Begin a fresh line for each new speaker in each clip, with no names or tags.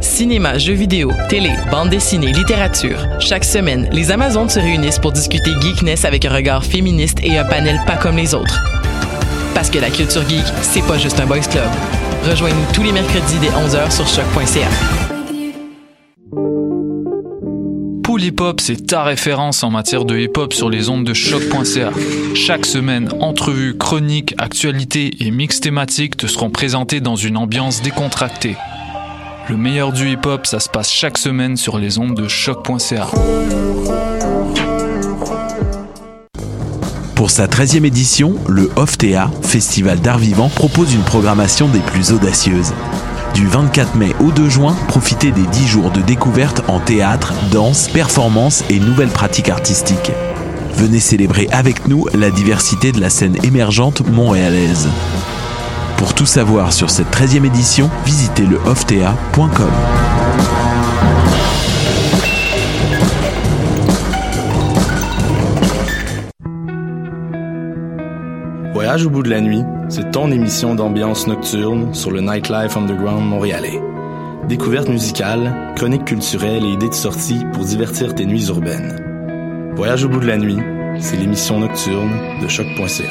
Cinéma, jeux vidéo, télé, bande dessinée, littérature. Chaque semaine, les Amazones se réunissent pour discuter geekness avec un regard féministe et un panel pas comme les autres. Parce que la culture geek, c'est pas juste un boys club. Rejoignez-nous tous les mercredis dès 11h sur choc.ca.
Pool Hip Hop, c'est ta référence en matière de hip hop sur les ondes de choc.ca. Chaque semaine, entrevues, chroniques, actualités et mix thématiques te seront présentés dans une ambiance décontractée. Le meilleur du hip hop, ça se passe chaque semaine sur les ondes de choc.ca.
Pour sa 13e édition, le OFTEA, Festival d'art vivant, propose une programmation des plus audacieuses. Du 24 mai au 2 juin, profitez des 10 jours de découverte en théâtre, danse, performance et nouvelles pratiques artistiques. Venez célébrer avec nous la diversité de la scène émergente montréalaise. Pour tout savoir sur cette 13e édition, visitez le ofta.com.
Voyage au bout de la nuit, c'est ton émission d'ambiance nocturne sur le Nightlife Underground montréalais. Découvertes musicales, chroniques culturelles et idées de sortie pour divertir tes nuits urbaines. Voyage au bout de la nuit, c'est l'émission nocturne de choc.ca.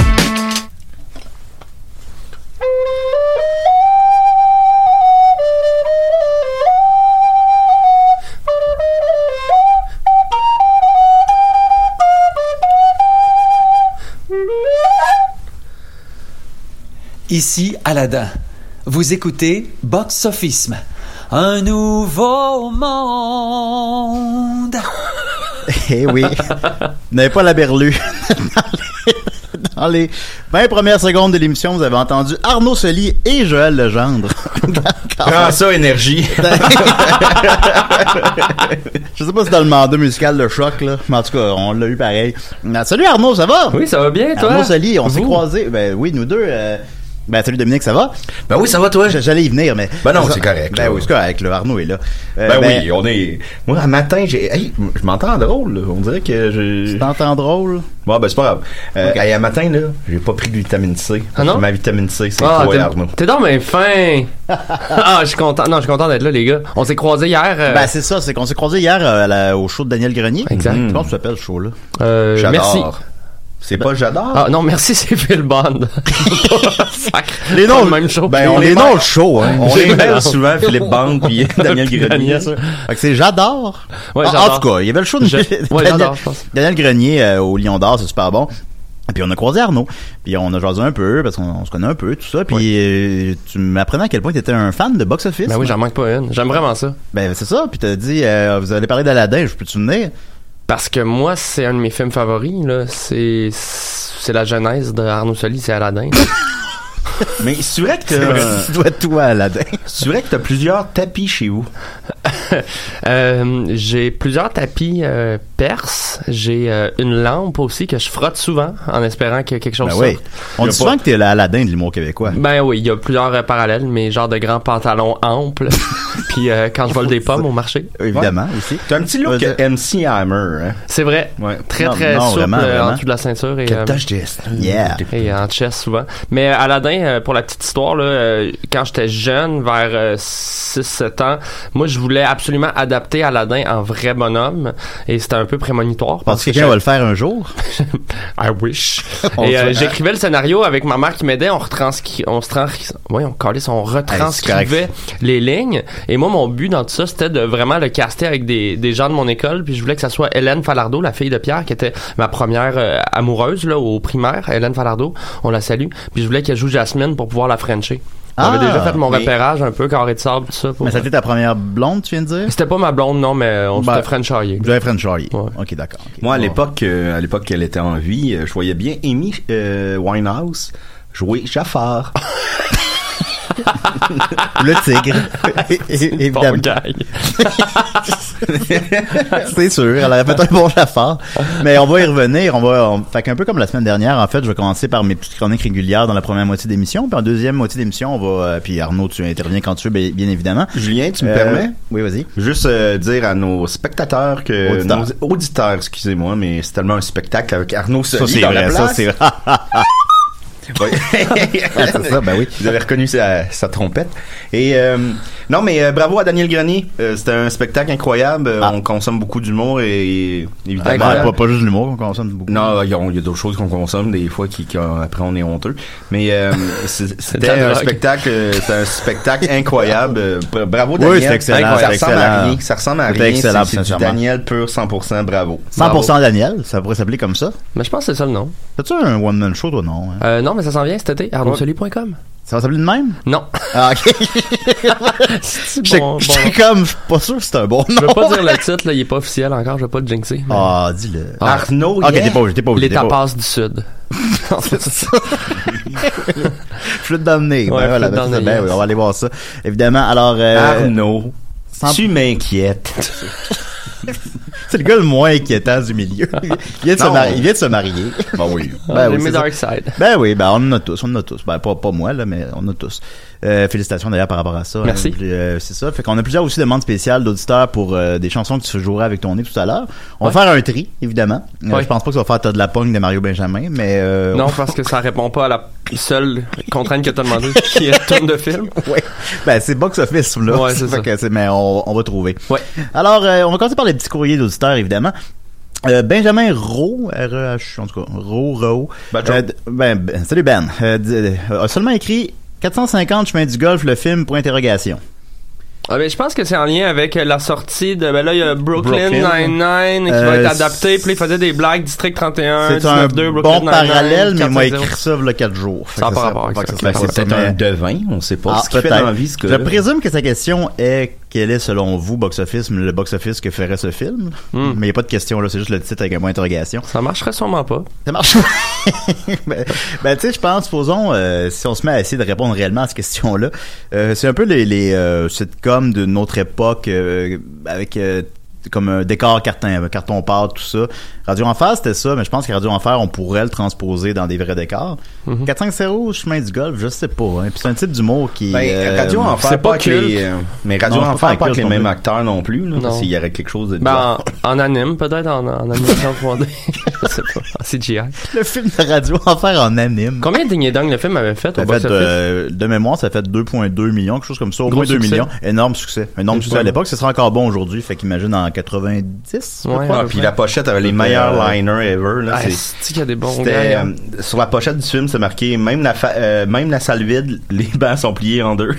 Ici Aladdin. Vous écoutez Box Sophisme. Un nouveau monde.
Eh oui. Vous n'avez pas la berlue. Dans les, dans les 20 premières secondes de l'émission, vous avez entendu Arnaud Soli et Joël Legendre. Ah,
Prends
Ah,
ça, énergie.
Je sais pas si c'est dans le mandat musical de choc, là. Mais en tout cas, on l'a eu pareil. Ah, Salut Arnaud, ça va?
Oui, ça va bien, toi?
Arnaud Soli, on s'est
Vous?
croisés. Ben oui, nous deux. euh, Ben salut Dominique, ça va?
Ben oui, ça va, toi?
Je- J'allais y venir, mais.
Ben non, c'est correct,
Ben
là.
oui, c'est correct, là. Arnaud est là. Euh,
Ben, oui, on est. Moi, un matin, j'ai. Hey, je m'entends drôle, là. On dirait que
Tu
j'ai.
t'entends drôle?
Bon, ben, c'est pas grave. Euh,
Ok.
hey, un matin, là, j'ai pas pris de vitamine C.
Ah non?
Ma vitamine C, c'est
Ah,
toi,
t'es-
Arnaud.
t'es donc mais fin. ah, je suis content. Non, je suis content d'être là, les gars. On s'est croisés hier. euh,
Ben c'est ça, c'est qu'on s'est croisés hier euh, à la- au show de Daniel Grenier.
Exact.
Je pense que ça s'appelle le show, là.
euh,
J'adore.
merci.
C'est pas j'adore.
Ah non, merci, c'est Phil Bond. Sacre.
Les
Pas
noms,
le même show.
Ben, on les noms le show, hein.
on
j'ai
les
mal.
mêle souvent, Philippe Band puis Daniel Grenier.
Daniel.
Fait que c'est J'adore. Ah,
Ouais,
En- en,
j'adore.
tout cas, il y avait le show de
Je- ouais,
Daniel,
j'adore, je pense.
Daniel Grenier euh, au Lion d'Or, c'est super bon. Et Puis on a croisé Arnaud, puis on a jasé un peu, parce qu'on on se connaît un peu, tout ça. Puis euh, tu m'apprenais à quel point tu étais un fan de box-office.
Ben oui, j'en manque pas une. J'aime vraiment ça.
Ben, c'est ça, puis t'as dit, euh, vous allez parler d'Aladin, je peux-tu venir?
Parce que moi, c'est un de mes films favoris, là. C'est, c'est la genèse de Arnaud Soli, c'est Aladdin.
Mais c'est vrai que t'as-
Tu dois tout à Aladin.
c'est vrai que t'as plusieurs tapis chez vous.
Euh, j'ai plusieurs tapis euh, perses. J'ai euh, une lampe aussi que je frotte souvent en espérant que quelque chose
Ben
sorte.
oui. On
Y a pas-
dit souvent que t'es l'Aladin de l'humour québécois.
Ben oui, il y a plusieurs euh, parallèles, mais genre de grands pantalons amples. Puis euh, quand je vole des pommes au marché.
Évidemment, aussi.
T'as un petit look
Vas-y.
MC Hammer, hein.
C'est vrai.
Ouais.
Très
Non,
très
non,
souple
vraiment,
euh,
vraiment.
en dessous de la ceinture et, euh,
Yeah.
et en chess souvent. Mais euh, Aladdin, euh, pour la petite histoire, là, euh, quand j'étais jeune, vers 6-7 ans, moi je voulais absolument adapter Aladdin en vrai bonhomme. Et c'était un peu prémonitoire.
Penses que
je-
quelqu'un va le faire un jour?
I wish.
On
Et
se-
euh, j'écrivais le scénario avec ma mère qui m'aidait. On retranscrit, on se trans- ouais, on calisse, on
Hey, c'est
retranscrivait les lignes. Et moi, mon but dans tout ça, c'était de vraiment le caster avec des, des gens de mon école. Puis je voulais que ça soit Hélène Falardeau, la fille de Pierre, qui était ma première euh, amoureuse là au primaire. Hélène Falardeau, on la salue. Puis je voulais qu'elle joue Jasmine pour pouvoir la frencher. J'avais
Ah,
déjà fait mon
mais-
repérage un peu, carré de sable, tout ça. pour-
Mais ça a été ta première blonde, tu viens de dire?
C'était pas ma blonde, non, mais on
Ben,
s'était frenchaillé.
Vous avez frenchaillé. Ok, d'accord.
Moi, à l'époque, euh, à l'époque qu'elle était en vie, euh, je voyais bien Amy euh, Winehouse jouer Jafar.
Le tigre. Évidemment. C'est sûr, elle aurait fait un bon chafard. Mais on va y revenir. On va, on- fait qu'un peu comme la semaine dernière, en fait, je vais commencer par mes petites chroniques régulières dans la première moitié d'émission. Puis en deuxième moitié d'émission, on va. euh, puis Arnaud, tu interviens quand tu veux, bien, bien évidemment.
Julien, tu me
Euh,
permets?
Oui, vas-y.
Juste euh, dire à nos spectateurs que
Auditeurs.
nos auditeurs, excusez-moi, mais c'est tellement un spectacle avec Arnaud
Ça,
Soli
c'est
dans
vrai,
la
ça,
place.
c'est vrai. Ah,
Ouais, c'est ça, ben oui. Vous avez reconnu sa, sa trompette. Et euh, non, mais euh, bravo à Daniel Grenier. Euh, C'était un spectacle incroyable. Euh,
Ah.
On consomme beaucoup d'humour et, et évidemment.
Ouais, pas, pas juste l'humour qu'on consomme beaucoup.
Non, il y a, il y a d'autres choses qu'on consomme des fois qui, qui- après on est honteux. Mais euh, c'est- c'était
de la
un
drogue.
spectacle, euh, c'était un spectacle incroyable. Euh, bra- Bravo
Oui,
Daniel.
c'était excellent,
Ça
c'était
ressemble à
excellent.
rien. Ça ressemble à
C'était
rien.
excellent,
C'est- C'est du
sincèrement.
Daniel pur 100%. Bravo.
100%
Bravo.
Daniel, ça pourrait s'appeler comme ça.
Mais je pense que c'est ça le nom.
T'as-tu un one-man show, toi, non? hein?
Euh, non, mais ça s'en vient cet été. ArnaudSoli.com.
Ça va s'appeler de même?
Non.
Ah, ok. J'étais
bon,
j'étais
bon.
comme, je suis pas sûr que c'est un bon nom.
Je veux pas dire le titre, là, il est pas officiel encore, je veux pas le jinxer. mais-
Ah, dis-le.
Ah.
Arnaud,
Ok,
yeah.
t'es pas obligé, t'es pas obligé.
Les
t'es pas-
tapas du Sud. C'est ça.
Flûte dans le nez. Ben
Ouais,
voilà,
flûte
ben
dans
c'est
le
ça.
nez,
Ben oui,
yes.
on va aller voir ça. Évidemment, alors. euh,
Arnaud,
sans-
tu m'inquiètes.
C'est le gars le moins inquiétant du milieu. Il vient de, se,
Non.
marier, il vient de se marier.
Ben oui.
J'ai
Ben oui,
mis
c'est ça.
Dark Side.
Ben oui, ben on en a tous, on en a tous. Ben pas, pas moi, là, mais on en a tous. Euh, félicitations d'ailleurs par rapport à ça.
Merci.
Hein. Puis, euh, c'est ça. Fait qu'on a plusieurs aussi demandes spéciales d'auditeurs pour euh, des chansons que tu joueras avec ton nez tout à l'heure. On va faire un tri, évidemment. Euh,
Ouais.
Je pense pas que ça va faire T'as de la pogne de Mario Benjamin, mais euh,
Non, parce que ça répond pas à la seule contrainte que t'as demandé, qui est tourne de film.
Ouais. Ben, c'est box office, là.
Ouais, c'est
Fait
ça.
que c'est- mais on, on va trouver.
Ouais.
Alors, euh, on va commencer par les petits courriers d'auditeurs, évidemment. Euh, Benjamin Rowe, R-E-H, en tout cas, Rowe, Rowe.
Bonjour.
Euh, d- ben, ben, salut Ben. Euh, d- euh, a seulement écrit 450 chemin du golf, le film, point interrogation.
Ah, ben, je pense que c'est en lien avec euh, la sortie de, ben là, il y a Brooklyn,
Brooklyn.
Nine-Nine qui va
Euh,
être adapté, puis là, il faisait des blagues, District 31,
c'est
19-2,
un
Brooklyn
bon
Nine-Nine,
parallèle, mais il m'a
4-5-0.
écrit ça il y a 4 jours. Fait
Ça a
que
pas rapport avec
fait
ça.
que
Ben,
ça-
c'est
ça-
peut-être
mais-
un devin, on sait pas
Ah,
ce qu'il fait
peut-être.
dans la vie, ce
Je
gars-là.
présume que sa question est quel est selon vous box office le box office que ferait ce film
Hmm.
Mais il n'y a pas de question là, c'est juste le titre avec un point d'interrogation.
Ça marcherait sûrement pas.
Ça marche. ben, ben, tu sais, je pense, supposons, euh, si on se met à essayer de répondre réellement à cette question-là, euh, c'est un peu les, les euh, sitcoms de notre époque euh, avec euh, comme un décor carton, carton pâte, tout ça. Radio Enfer, c'était ça, mais je pense que Radio Enfer, on pourrait le transposer dans des vrais décors. 450 chemin du golf, je sais pas. Hein. Puis c'est un type d'humour qui...
Ben,
euh,
Radio Enfer,
c'est
pas,
pas
avec
culte.
les, euh, mais Radio
Non, c'est pas
Enfer,
avec
pas avec
culte
les
non
mêmes
plus.
acteurs non plus, là,
Non.
parce qu'il y aurait quelque chose de
Ben,
bizarre.
en, en anime, peut-être, en, en animation 3D. je sais pas. Ah, En CGI.
le film de Radio Enfer en anime.
Combien de Ding et Dong le film avait fait au
Ça fait,
box-office?
euh, de mémoire, ça fait 2,2 millions, quelque chose comme ça, au
Gros
moins 2
succès.
millions. Énorme succès. Énorme
Gros
succès à
succès.
l'époque. Ce sera encore bon aujourd'hui. Fait qu'imagine en 90.
Ouais,
Ah, puis la pochette avait les meilleurs
Euh,
liners ever. Là,
Ah,
c'est-
c'est qu'il y a des bons
C'était,
gars. hein.
euh, sur la pochette du film, c'est marqué même la, fa- euh, même la salle vide, les bancs sont pliés en deux.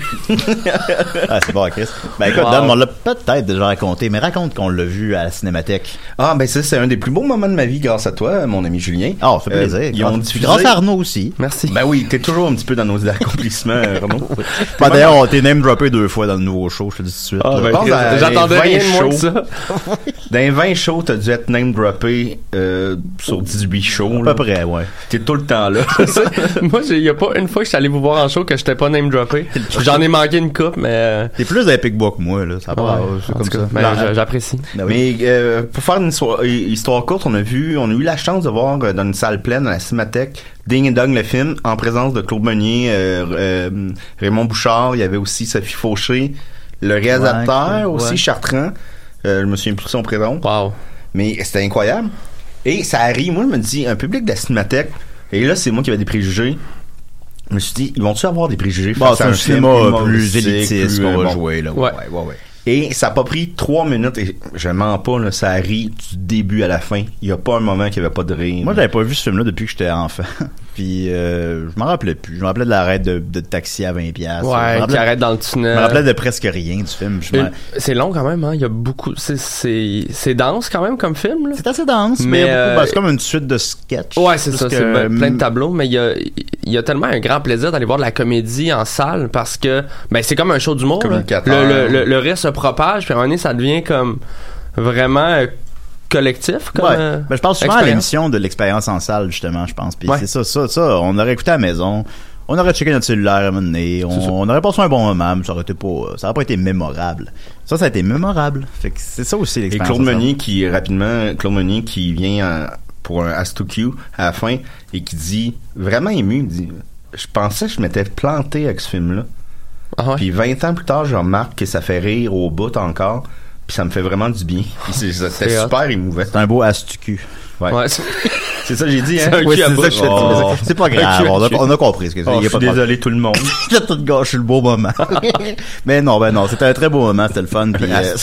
Ah, c'est bon, Chris. Ben écoute,
Wow.
Dom, on l'a peut-être déjà raconté, mais raconte qu'on l'a vu à la cinémathèque.
ah, ben ça, c'est un des plus beaux moments de ma vie grâce à toi, mon ami Julien.
Ah, ça fait
Euh,
plaisir.
ils ont diffusé.
Grâce à Arnaud aussi.
Merci.
Ben oui, t'es toujours un petit peu dans nos accomplissements, euh, Arnaud.
Ben, d'ailleurs, on t'est name droppé deux fois dans le nouveau show, je te dis tout de suite.
Ah,
là.
ben,
Bon,
Chris,
euh,
les
J'attendais rien de
vingt
moins que
shows.
ça.
Dans les 20 shows, t'as dû être name droppé euh, sur 18 shows.
à
là.
peu près, ouais.
T'es tout le temps là.
Moi, il y a pas une fois que je suis allé vous voir en show que j'étais pas name droppé. J'en ai manqué une coupe, mais. euh,
T'es plus à Epic Bois que moi, là. Ça va,
ouais.
Ah, c'est
En
comme
tout cas,
ça.
ben,
Non,
euh,
je- j'apprécie.
ben oui.
Mais euh, pour faire une so- euh, histoire courte, on a vu, on a eu la chance de voir euh, dans une salle pleine à la Cinémathèque Ding et Dong le film en présence de Claude Meunier, euh, euh, Raymond Bouchard, il y avait aussi Sophie Fauché, le réalisateur
Ouais,
aussi
ouais.
Chartrand, euh, je me souviens plus de son prénom,
Wow.
mais c'était incroyable. Et ça arrive, moi je me dis un public de la Cinémathèque et là c'est moi qui avais des préjugés. Je me suis dit, ils vont-tu avoir des préjugés
Bon,
face
Bah, c'est
à
un
film
cinéma
humoristique,
plus élitiste
plus,
qu'on
euh,
va
bon.
jouer, là.
Ouais.
ouais, ouais.
Et ça n'a pas pris trois minutes, et je mens pas, là, ça a ri du début à la fin. Il n'y a pas un moment qu'il n'y avait pas de rire.
Moi, j'avais pas vu ce film-là depuis que j'étais enfant. Puis, euh, je m'en rappelais plus. Je me rappelais de l'arrêt de, de taxi à 20$. piastres. Je me
Ouais, qui
rappelais-
arrête dans le tunnel.
Je me rappelais de presque rien du film. Je m'en-
Une- C'est long quand même, hein. Il y a beaucoup. c'est- C'est c'est dense quand même comme film. là.
C'est assez dense, mais,
Mais,
il y a beaucoup-
euh,
bah, c'est comme une suite de sketch.
Ouais, c'est
Plus
ça.
que-
C'est ben- plein de tableaux, mais il y a, il y a tellement un grand plaisir d'aller voir de la comédie en salle parce que ben c'est comme un show d'humour. là.
Communicateur.
Le, le, le, le rire se propage, puis à un moment donné, ça devient comme vraiment euh, collectif. Comme,
Ouais.
euh,
Ben, je pense souvent à
expérience.
l'émission de l'expérience en salle, justement, je pense. Puis
Ouais.
c'est ça, ça, ça. On aurait écouté à la maison. On aurait checké notre cellulaire à un moment donné.
C'est ça.
On, on aurait passé un bon moment, mais ça aurait, été pas, euh, ça aurait pas été mémorable. Ça, ça a été mémorable. Fait que c'est ça aussi
Et
l'expérience.
Claude
en salle.
Meunier qui, rapidement, Claude Meunier qui vient euh, pour un Ask to Q à la fin et qui dit, vraiment ému, il dit, je pensais que je m'étais planté avec ce film-là.
Ah ouais.
Puis 20 ans plus tard, je remarque que ça fait rire au bout encore. Puis ça me fait vraiment du bien. Puis c'est- c'était
C'est hot.
super émouvant.
C'est un beau astucu.
Ouais.
Ouais, c'est-
C'est ça que j'ai dit, hein?
C'est un
Oui,
cul à
c'est ça que
bout.
je t'ai dit.
Oh, c'est pas grave,
Ok,
on a,
ok.
on a compris ce que c'est.
Oh,
Il y
je suis
a pas de problème.
désolé tout le monde.
J'ai tout gâché le beau moment. mais non, ben non, c'était un très beau moment, c'était le fun. Puis,
Ah,
euh,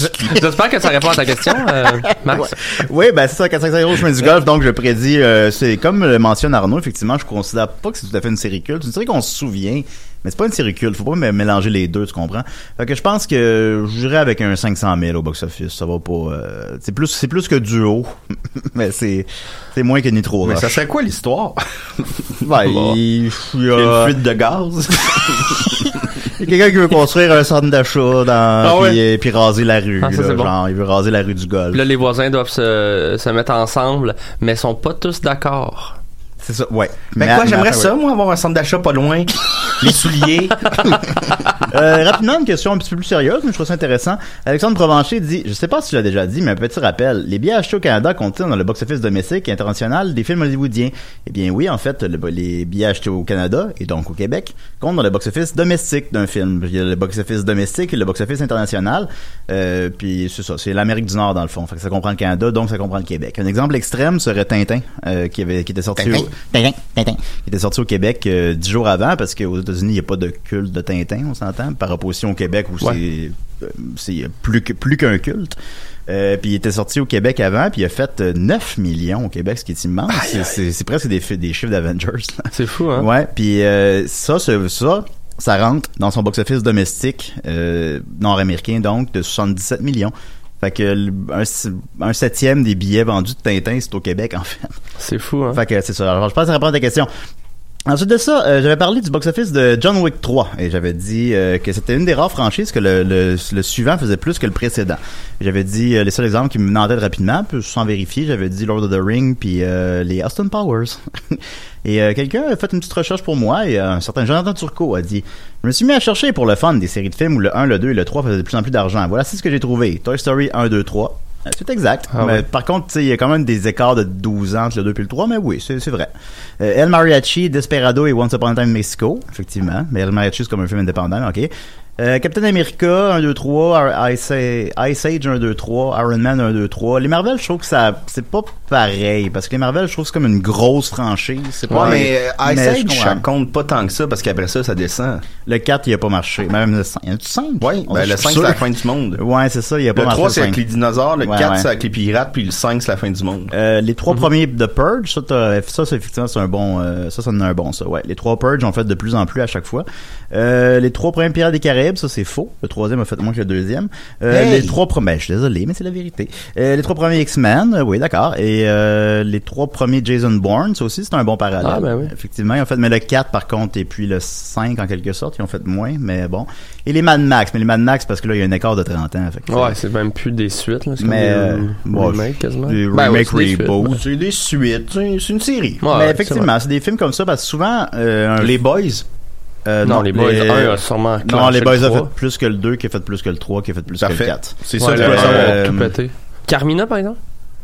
J'espère que ça répond à ta question, euh, Max.
Oui, ben c'est ça, 450 euros, je fais du golf, donc je prédis, euh, c'est comme le mentionne Arnaud, effectivement, je considère pas que c'est tout à fait une série culte. C'est une série qu'on se souvient, mais c'est pas une série culte, faut pas mé- mélanger les deux, tu comprends. Fait que je pense que je dirais avec un 500 000 au box-office, ça va pas... euh, c'est plus c'est plus que duo, mais c'est c'est moins que Nitro
Mais
Rush.
ça serait quoi l'histoire?
Ouais,
Bon.
Bah, il, il y
Une
a,
fuite de gaz?
il y a quelqu'un qui veut construire un centre d'achat dans, puis, euh, puis raser la rue,
Ah, ça,
là,
c'est bon.
genre, il veut raser la rue du golf.
Puis là, les voisins doivent se, se mettre ensemble, mais sont pas tous d'accord.
C'est ça, ouais.
Ben
Mais-
quoi,
Ah,
mais
j'aimerais
attends,
ça, moi, avoir un centre d'achat pas loin. Les souliers.
Euh, rapidement, une question un petit peu plus sérieuse, mais je trouve ça intéressant. Alexandre Provencher dit, je sais pas si tu l'as déjà dit, mais un petit rappel. Les billets achetés au Canada contiennent dans le box-office domestique et international des films hollywoodiens. Eh bien oui, en fait, le- les billets achetés au Canada, et donc au Québec, comptent dans le box-office domestique d'un film. Il y a le box-office domestique et le box-office international. Euh, puis c'est ça, c'est l'Amérique du Nord dans le fond. Fait que ça comprend le Canada, donc ça comprend le Québec. Un exemple extrême serait Tintin, euh, qui, avait, qui était sorti au- Tintin, Tintin, qui était sorti au Québec euh, dix jours avant parce qu'aux États-Unis il n'y a pas de culte de Tintin, on s'entend, par opposition au Québec où c'est euh, c'est plus que- plus qu'un culte. Euh, puis il était sorti au Québec avant, puis il a fait euh, 9 millions au Québec, ce qui est immense. C'est- C'est c'est presque des, fi- des chiffres d'Avengers. là.
C'est fou, hein?
Ouais, puis euh, ça, ce- ça, ça rentre dans son box-office domestique euh, nord-américain, donc de 77 millions. Fait que le- un, un septième des billets vendus de Tintin, c'est au Québec, en fait.
C'est fou, hein?
Fait que c'est ça. Alors, je pense à répondre à ta question. Ensuite de ça, euh, j'avais parlé du box-office de John Wick 3 et j'avais dit euh, que c'était une des rares franchises que le, le, le suivant faisait plus que le précédent. J'avais dit euh, les seuls exemples qui me venaient en tête rapidement, puis sans vérifier, j'avais dit Lord of the Ring puis euh, les Austin Powers. et euh, quelqu'un a fait une petite recherche pour moi et euh, un certain Jonathan Turcot a dit « Je me suis mis à chercher pour le fun des séries de films où le 1, le 2 et le 3 faisaient de plus en plus d'argent. Voilà, c'est ce que j'ai trouvé. Toy Story 1, 2, 3. Euh, C'est exact.
Ah
Mais
ouais.
par contre, tu sais, il y a quand même des écarts de 12 ans entre le 2 et le 3, mais oui, c'est c'est vrai. Euh, El Mariachi, Desperado et Once Upon a Time in Mexico, effectivement. Mais El Mariachi, c'est comme un film indépendant, mais ok. Euh, Captain America, 1, 2, 3. Ice Ice Age, 1, 2, 3. Iron Man, 1, 2, 3. Les Marvel, je trouve que ça, c'est pas pareil. Parce que les Marvel, je trouve que c'est comme une grosse franchise. C'est
Ouais,
pas
mais euh, Ice
mais je
Age,
comprends.
ça compte pas tant que ça parce qu'après ça, ça descend.
Le 4, il a pas marché. Même le 5. Il y en a-tu 5?
Oui, ben, le 5, c'est la fin du monde.
Ouais, c'est ça, il a pas
Le
marché.
3, c'est
le
avec
5.
les dinosaures. Le
Ouais,
4,
ouais.
c'est avec les pirates. Puis le 5, c'est la fin du monde.
Euh, les
Mhm.
trois premiers de Purge, ça, t'as- ça c'est effectivement c'est un bon, euh, ça, ça en est un bon, ça. Ouais, les trois Purge ont fait de plus en plus à chaque fois. Euh, les trois premiers Pirates des Caraïbes, ça c'est faux. Le troisième a fait moins que le deuxième. Euh,
Hey!
Les trois premiers, je suis désolé, mais c'est la vérité. Euh, les trois premiers X-Men, euh, oui, d'accord. Et euh, les trois premiers Jason Bourne, ça aussi c'est un bon parallèle.
Ah, ben oui.
Effectivement, ils ont fait, mais le 4 par contre, et puis le 5 en quelque sorte, ils ont fait moins, mais bon. Et les Mad Max, mais les Mad Max parce que là il y a un écart de 30 ans. Fait que
Ouais, c'est même plus des suites, là. C'est comme
Mais,
des
euh, bon,
remakes, quasiment.
des
Ben ouais,
remakes,
c'est des suites.
reboots.
Ouais,
C'est des suites. C'est c'est une série.
ouais,
mais
c'est vrai.
effectivement, c'est des films comme ça parce que souvent euh, un-
Les Boys.
euh,
Non, les Boys 1 a sûrement
Non,
clashé
les
le
Boys a
trois.
fait plus que le 2, qui a fait plus que le 3, qui a fait plus que
Parfait.
le 4.
C'est
Ouais,
ça, je
le
voulais
un
savoir.
a
euh,
tout pété. Carmina, par exemple?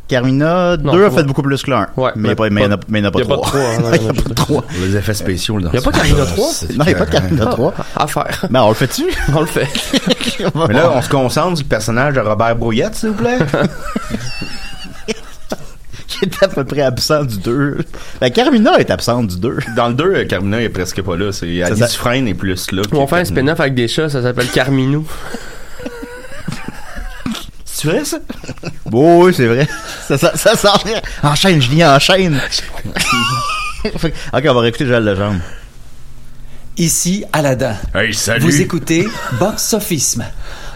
Carmina,
Non,
2 a
trois.
fait beaucoup plus que le 1.
Ouais,
mais
mais
pas- mais il n'y en a-
pas-
mais il n'y en a
Il
pas
a pas de
3.
3. Il n'y a pas de 3.
Les effets spéciaux dans
Il n'y a pas Carmina 3?
Non, il n'y a pas de Carmina 3.
À faire.
Ben, on le fait-tu?
On le fait.
Mais là, on se concentre sur le personnage de Robert Brouillette, s'il vous plaît.
Qui est à peu près absent du 2. Ben, Carmina est absente du 2.
Dans le 2, euh, Carmina est presque pas là. C'est Alice
ça.
Dufresne est plus là.
Ils vont faire
Carmina.
un
Oh.
spin-off avec des chats, ça s'appelle Carminou.
C'est-tu vrai, ça?
Bon, oui, c'est vrai. Ça, ça, ça, ça enchaîne, je viens enchaîne. ok, on va réécouter Joël Legendre.
Ici Aladdin.
Hey, salut.
Vous écoutez Box Sophisme.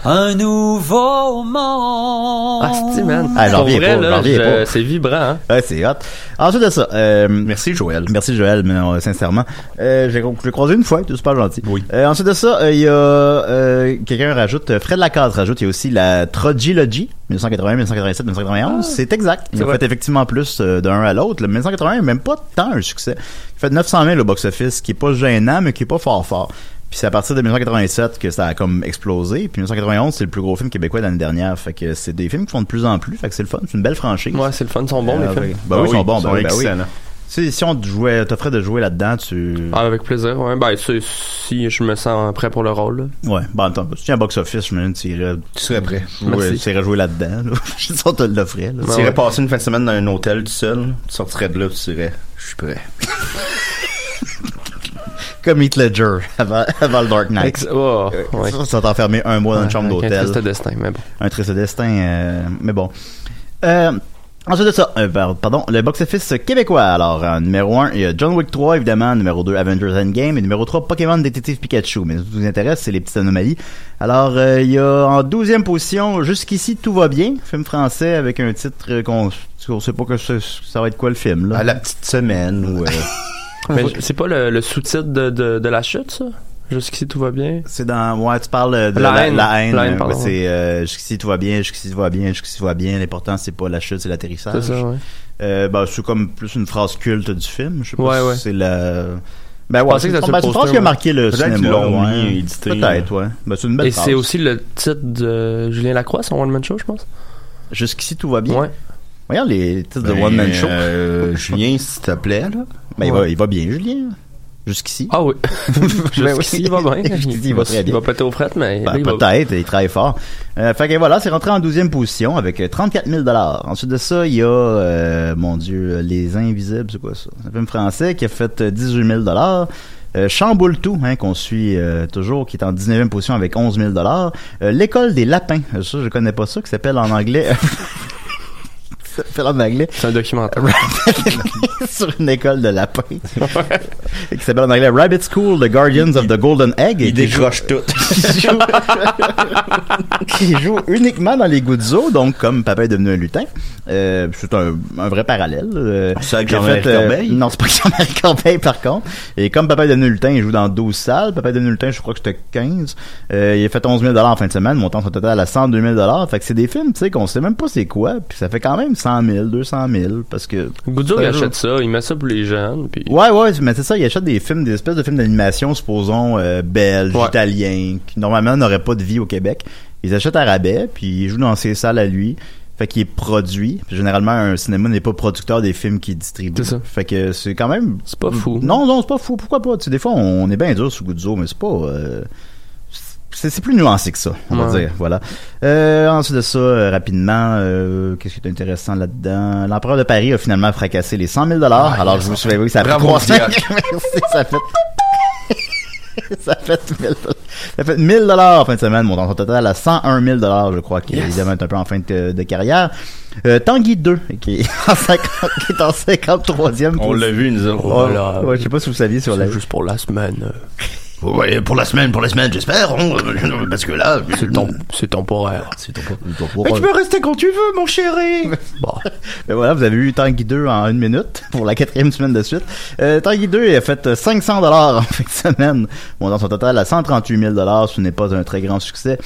Un nouveau monde.
Ah, c'est man.
Ah, j'en
Pour
reviens
vrai,
pas,
là,
j'en reviens
je-
pas.
c'est vibrant. hein.
Ouais, c'est hot. Ensuite de ça, merci Joël. Merci Joël, mais euh, sincèrement, euh, j'ai je l'ai croisé une fois, tout super gentil. Euh, ensuite de ça, euh, il y a euh, quelqu'un rajoute euh, Fred Lacaze rajoute, il y a aussi la Trojilogy 1980, 1987, 1991. C'est exact. Ils
C'est
ont
vrai.
fait effectivement plus euh, d'un à l'autre. Le 1980 est même pas tant un succès. Il fait 900 000 au box-office, qui est pas gênant, mais qui est pas fort fort. Puis c'est à partir de 1987 que ça a comme explosé. Puis 1991, c'est le plus gros film québécois de l'année dernière. Fait que c'est des films qui font de plus en plus. Fait que c'est le fun. C'est une belle franchise.
Ouais, c'est le fun, ils sont bons, les
Ah,
films.
oui. Bah oui, ils sont bons, bah oui, bah oui.
excellents.
Tu sais, si on te jouait, t'offrait de jouer là-dedans, tu.
Ah, avec plaisir, ouais. Ben, tu sais, si je me sens prêt pour le rôle, là.
Ouais, bah attends, si tu as un box-office, je me dis, tu irais. Tu serais prêt. Ouais,
Merci.
tu irais jouer là-dedans. Là. Je sais, on te l'offrait. là.
Tu irais passer une fin de semaine dans un hôtel tout seul, tu sortirais de là, tu dirais, je suis prêt.
Comme Heath Ledger avant, avant le Dark Knight.
Ex- oh, ouais.
Ah, euh, Ça, ça t'a enfermé un mois dans une
Ouais,
chambre
avec un
d'hôtel.
triste destin, mais bon.
Un triste destin, euh, mais bon. Euh, ensuite de ça, euh, par- pardon, le box-office québécois. Alors, en numéro 1, il y a John Wick 3, évidemment. Numéro 2, Avengers Endgame. Et numéro 3, Pokémon Détective Pikachu. Mais ce qui vous intéresse, c'est les petites anomalies. Alors, euh, il y a en 12e position, jusqu'ici, tout va bien. Film français avec un titre euh, qu'on qu'on sait pas que ce- ça va être quoi le film.
Ah,
Là. À la petite semaine.
euh,
ou... Ah,
Mais j- c'est pas le, le sous-titre de, de, de la chute, ça? Jusqu'ici, tout va bien?
C'est dans. Ouais, tu parles euh, de
La
la,
haine.
la haine.
La haine,
Ouais,
pardon.
c'est euh, jusqu'ici tout va bien, jusqu'ici tout va bien, jusqu'ici tout va bien. L'important c'est pas la chute, c'est l'atterrissage.
C'est ça, ouais.
Euh, bah, c'est comme plus une phrase culte du film. Je sais pas
Ouais,
si
ouais.
c'est la. Ben
Je
ouais,
pensais
c'est
que c'était
une,
sur
ben,
le
c'est
poster,
une phrase qui a
ouais.
marqué le
Peut-être qu'ils
cinéma.
l'ont
ouais.
mis édité.
Peut-être, ouais. Ben, c'est une belle
Et
phrase.
c'est aussi le titre de Julien Lacroix, son One Man Show, je pense.
Jusqu'ici, tout va bien.
Ouais.
Voyons les titres de
Ben,
One Man Show.
euh, Julien, s'il te plaît, là.
Ben, il,
Ouais.
va, il va bien, Julien. Jusqu'ici.
Ah oui. Ben oui, il va bien.
Jusqu'ici, il va très bien.
Il va péter aux frettes, mais
Ben,
là, il va-
peut-être, il travaille fort. Euh, fait que voilà, c'est rentré en 12e position avec euh, 34 000 Ensuite de ça, il y a, euh, mon Dieu, euh, Les Invisibles, c'est quoi ça? C'est un film français qui a fait euh, 18 000 euh, Chamboule tout, hein, qu'on suit euh, toujours, qui est en 19e position avec 11 000 Euh, L'école des lapins, euh, ça je connais pas ça, qui s'appelle en anglais... Ça s'appelle en anglais
C'est un documentaire.
sur une école de lapins qui s'appelle en anglais Rabbit School The Guardians of the Golden Egg
Il
et qui joue-
décroche tout.
qui joue, qui joue uniquement dans les gouttes d'eau, donc comme Papa est devenu un lutin. Euh, c'est un, un vrai parallèle. euh,
C'est avec
qui a
Jean-Marie
fait, euh,
Corbeil?
Non, c'est pas avec Jean-Marie Corbeil, par contre. Et comme Papa est devenu lutin, il joue dans 12 salles. Papa est devenu lutin, je crois que c'était 15. Euh, il a fait 11 000 en fin de semaine, montant son total à 102 000 Fait que c'est des films, tu sais, qu'on sait même pas c'est quoi. Puis ça fait quand même 100 000, 200 000, parce que...
Goudzo, il
Ouais,
achète ça, il met ça pour les jeunes, puis...
Ben, Ouais, ouais, mais c'est ça, il achète des films, des espèces de films d'animation, supposons, euh, belges,
Ouais.
italiens, qui normalement n'auraient pas de vie au Québec. Ils achètent à rabais, puis ils jouent dans ses salles à lui. Fait qu'il est produit. Puis généralement, un cinéma n'est pas producteur des films qu'il distribue.
C'est ça.
Fait que c'est quand même...
C'est pas fou.
Non, non, c'est pas fou. Pourquoi pas? Tu sais, des fois, on est bien dur sous Guzzo, mais c'est pas... euh, C'est c'est plus nuancé que ça, on va
Ouais.
dire. Voilà. Euh, ensuite de ça, euh, rapidement, euh, qu'est-ce qui est intéressant là-dedans? L'empereur de Paris a finalement fracassé les 100 000 Alors, je vous souviens que ça a pris
Ah, Bravo,
trois semaines.
Diac.
Merci, ça fait... ça fait 1000 ça fait 1000 dollars en fin de semaine, montant son total à 101 000 dollars, je crois, qui
Yes.
évidemment est un peu en fin de, de carrière. Euh, Tanguy 2, qui est en, 50 qui est en 53e
On l'a vu, nous autres.
Oh, ouais, je sais pas si vous saviez sur la...
C'est juste pour la semaine. euh,
Ouais, pour la semaine, pour la semaine, j'espère. on- Parce que là,
C'est
Mm.
tem- c'est temporaire.
Ah,
Mais tu peux rester quand tu veux, mon chéri.
Bon.
euh, Ben voilà, vous avez eu Tanguy 2 en une minute pour la quatrième semaine de suite. Euh, Tanguy 2 a fait euh, 500 dollars en fin de semaine, montant son total à 138 000 dollars. Ce n'est pas un très grand succès.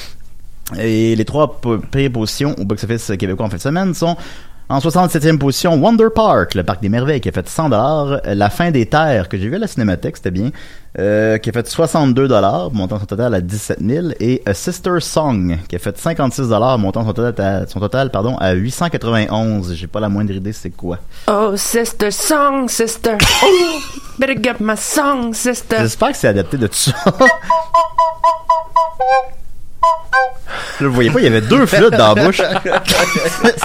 Et les trois p- pires positions au box-office québécois en fin de semaine sont en 67e position Wonder Park, le parc des merveilles, qui a fait 100 dollars. La fin des terres, que j'ai vu à la cinémathèque, c'était bien, euh, qui a fait 62 dollars, montant son total à 17 000. Et A Sister Song, qui a fait 56 dollars, montant son total, à, son total pardon, à 891. J'ai pas la moindre idée c'est quoi.
Oh, sister, song, sister. Oh, better get my song,
Euh.
sister.
J'espère que c'est adapté de tout ça. Là, vous voyez pas, il y avait deux flûtes dans la bouche.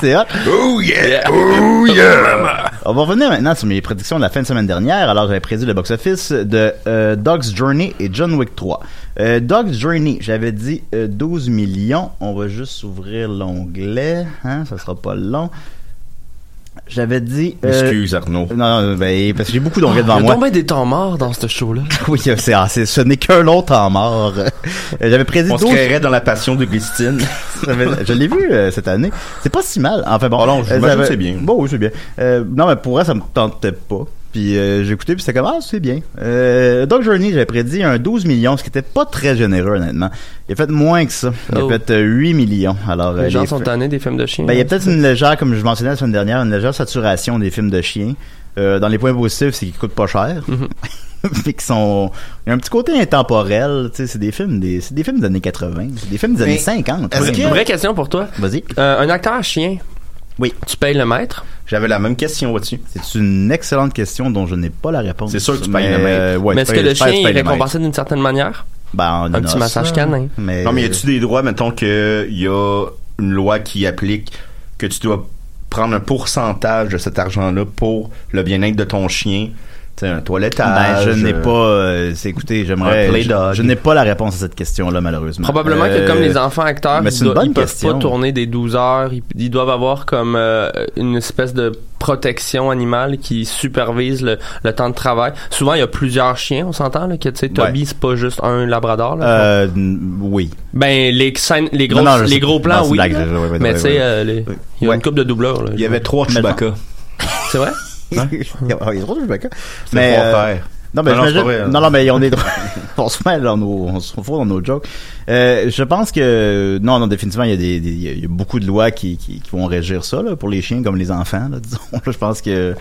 C'est hot.
Oh yeah! Oh yeah!
On va revenir maintenant sur mes prédictions de la fin de semaine dernière. Alors, j'avais prédit le box-office de euh, Dog's Journey et John Wick 3. Euh, Dog's Journey, j'avais dit euh, 12 millions. On va juste ouvrir l'onglet. Hein, ça sera pas long. J'avais dit... euh,
Excuse, Arnaud.
Non, non, ben, parce que j'ai beaucoup d'onglets
Il y
devant
a
moi.
tombé des temps morts dans ce show-là.
Oui, c'est, ah, c'est- ce n'est qu'un long temps mort. Euh, J'avais prédit
On se
12
créerait dans la passion de Glistine.
Ça fait- je l'ai vu euh, cette année. C'est pas si mal. Enfin bon.
Ah non, j'imagine
ça
que
va-
c'est bien.
Bon, oui, c'est bien. Euh, non, mais pour vrai, ça me tentait pas. Puis euh, j'ai écouté, puis c'était comme, ah, c'est bien. Euh, Doc Journey, j'avais prédit un 12 millions, ce qui était pas très généreux, honnêtement. Il a fait moins que ça. Il
Oh.
a fait euh, 8 millions. Alors, euh,
Les gens
les
sont
fa-
tannés des films de chiens.
ben, il y a peut-être une légère, comme je mentionnais la semaine dernière, une légère saturation des films de chiens. Euh, dans les points positifs, c'est qu'ils coûtent pas cher. Fait qu'ils sont. Il y a un petit côté intemporel. tu sais, C'est des films des, c'est des films des années 80. C'est des films des
Mais
années 50.
est-ce
oui.
que-
Une vraie question pour toi.
Vas-y.
Euh, un acteur chien,
Oui.
tu payes le maître?
J'avais la même question là-dessus.
C'est une excellente question dont je n'ai pas la réponse.
C'est sûr que tu payes
Mais,
le maître.
euh, ouais,
mais est-ce
tu
que
payes-
le
tu payes-
chien
tu
est
payes le maître.
récompensé d'une certaine manière?
Ben, en
Un
une
petit
os.
massage canin.
Mais,
Non, mais y a-tu des droits, mettons, que y a une loi qui applique que tu dois prendre un pourcentage de cet argent-là pour le bien-être de ton chien? Tu sais, un
Ben,
toilettage.
je n'ai
euh,
pas. euh, c'est- écoutez,
Un
j'aimerais.
play
Je,
dog.
je n'ai pas la réponse à cette question-là, malheureusement.
Probablement que comme
Euh,
les enfants acteurs,
mais
ils,
c'est une
do-
bonne
ils peuvent
question.
pas tourner des 12 heures. Ils, ils doivent avoir comme euh, une espèce de protection animale qui supervise le, le temps de travail. Souvent, il y a plusieurs chiens, on s'entend, là, que tu sais, Toby, c'est pas juste un labrador. là.
Euh, n- oui.
Ben, les scènes, les gros,
Non, non, je
les
sais-
gros
non,
plans,
c'est une
oui.
blague,
là.
je- ouais, ouais,
mais
ouais,
tu sais,
ouais.
euh, les- il y a
Ouais.
une coupe de doubleurs. là.
Il y avait trois
Mais-
Chewbacca.
C'est vrai?
Il y a ah, il y a trop de Chewbacca.
Hein C'est
Mais.
trois
euh,
frères.
Non, mais
Non, non, c'est
j'imagine-
pas vrai. hein.
non, non, mais on est droit. on se mêle dans nos, on se retrouve dans nos jokes. Euh, je pense que, non, non, définitivement, il y a des, des- il y a- il y a beaucoup de lois qui, qui, qui vont régir ça, là, pour les chiens comme les enfants, là, disons. Là, je pense que,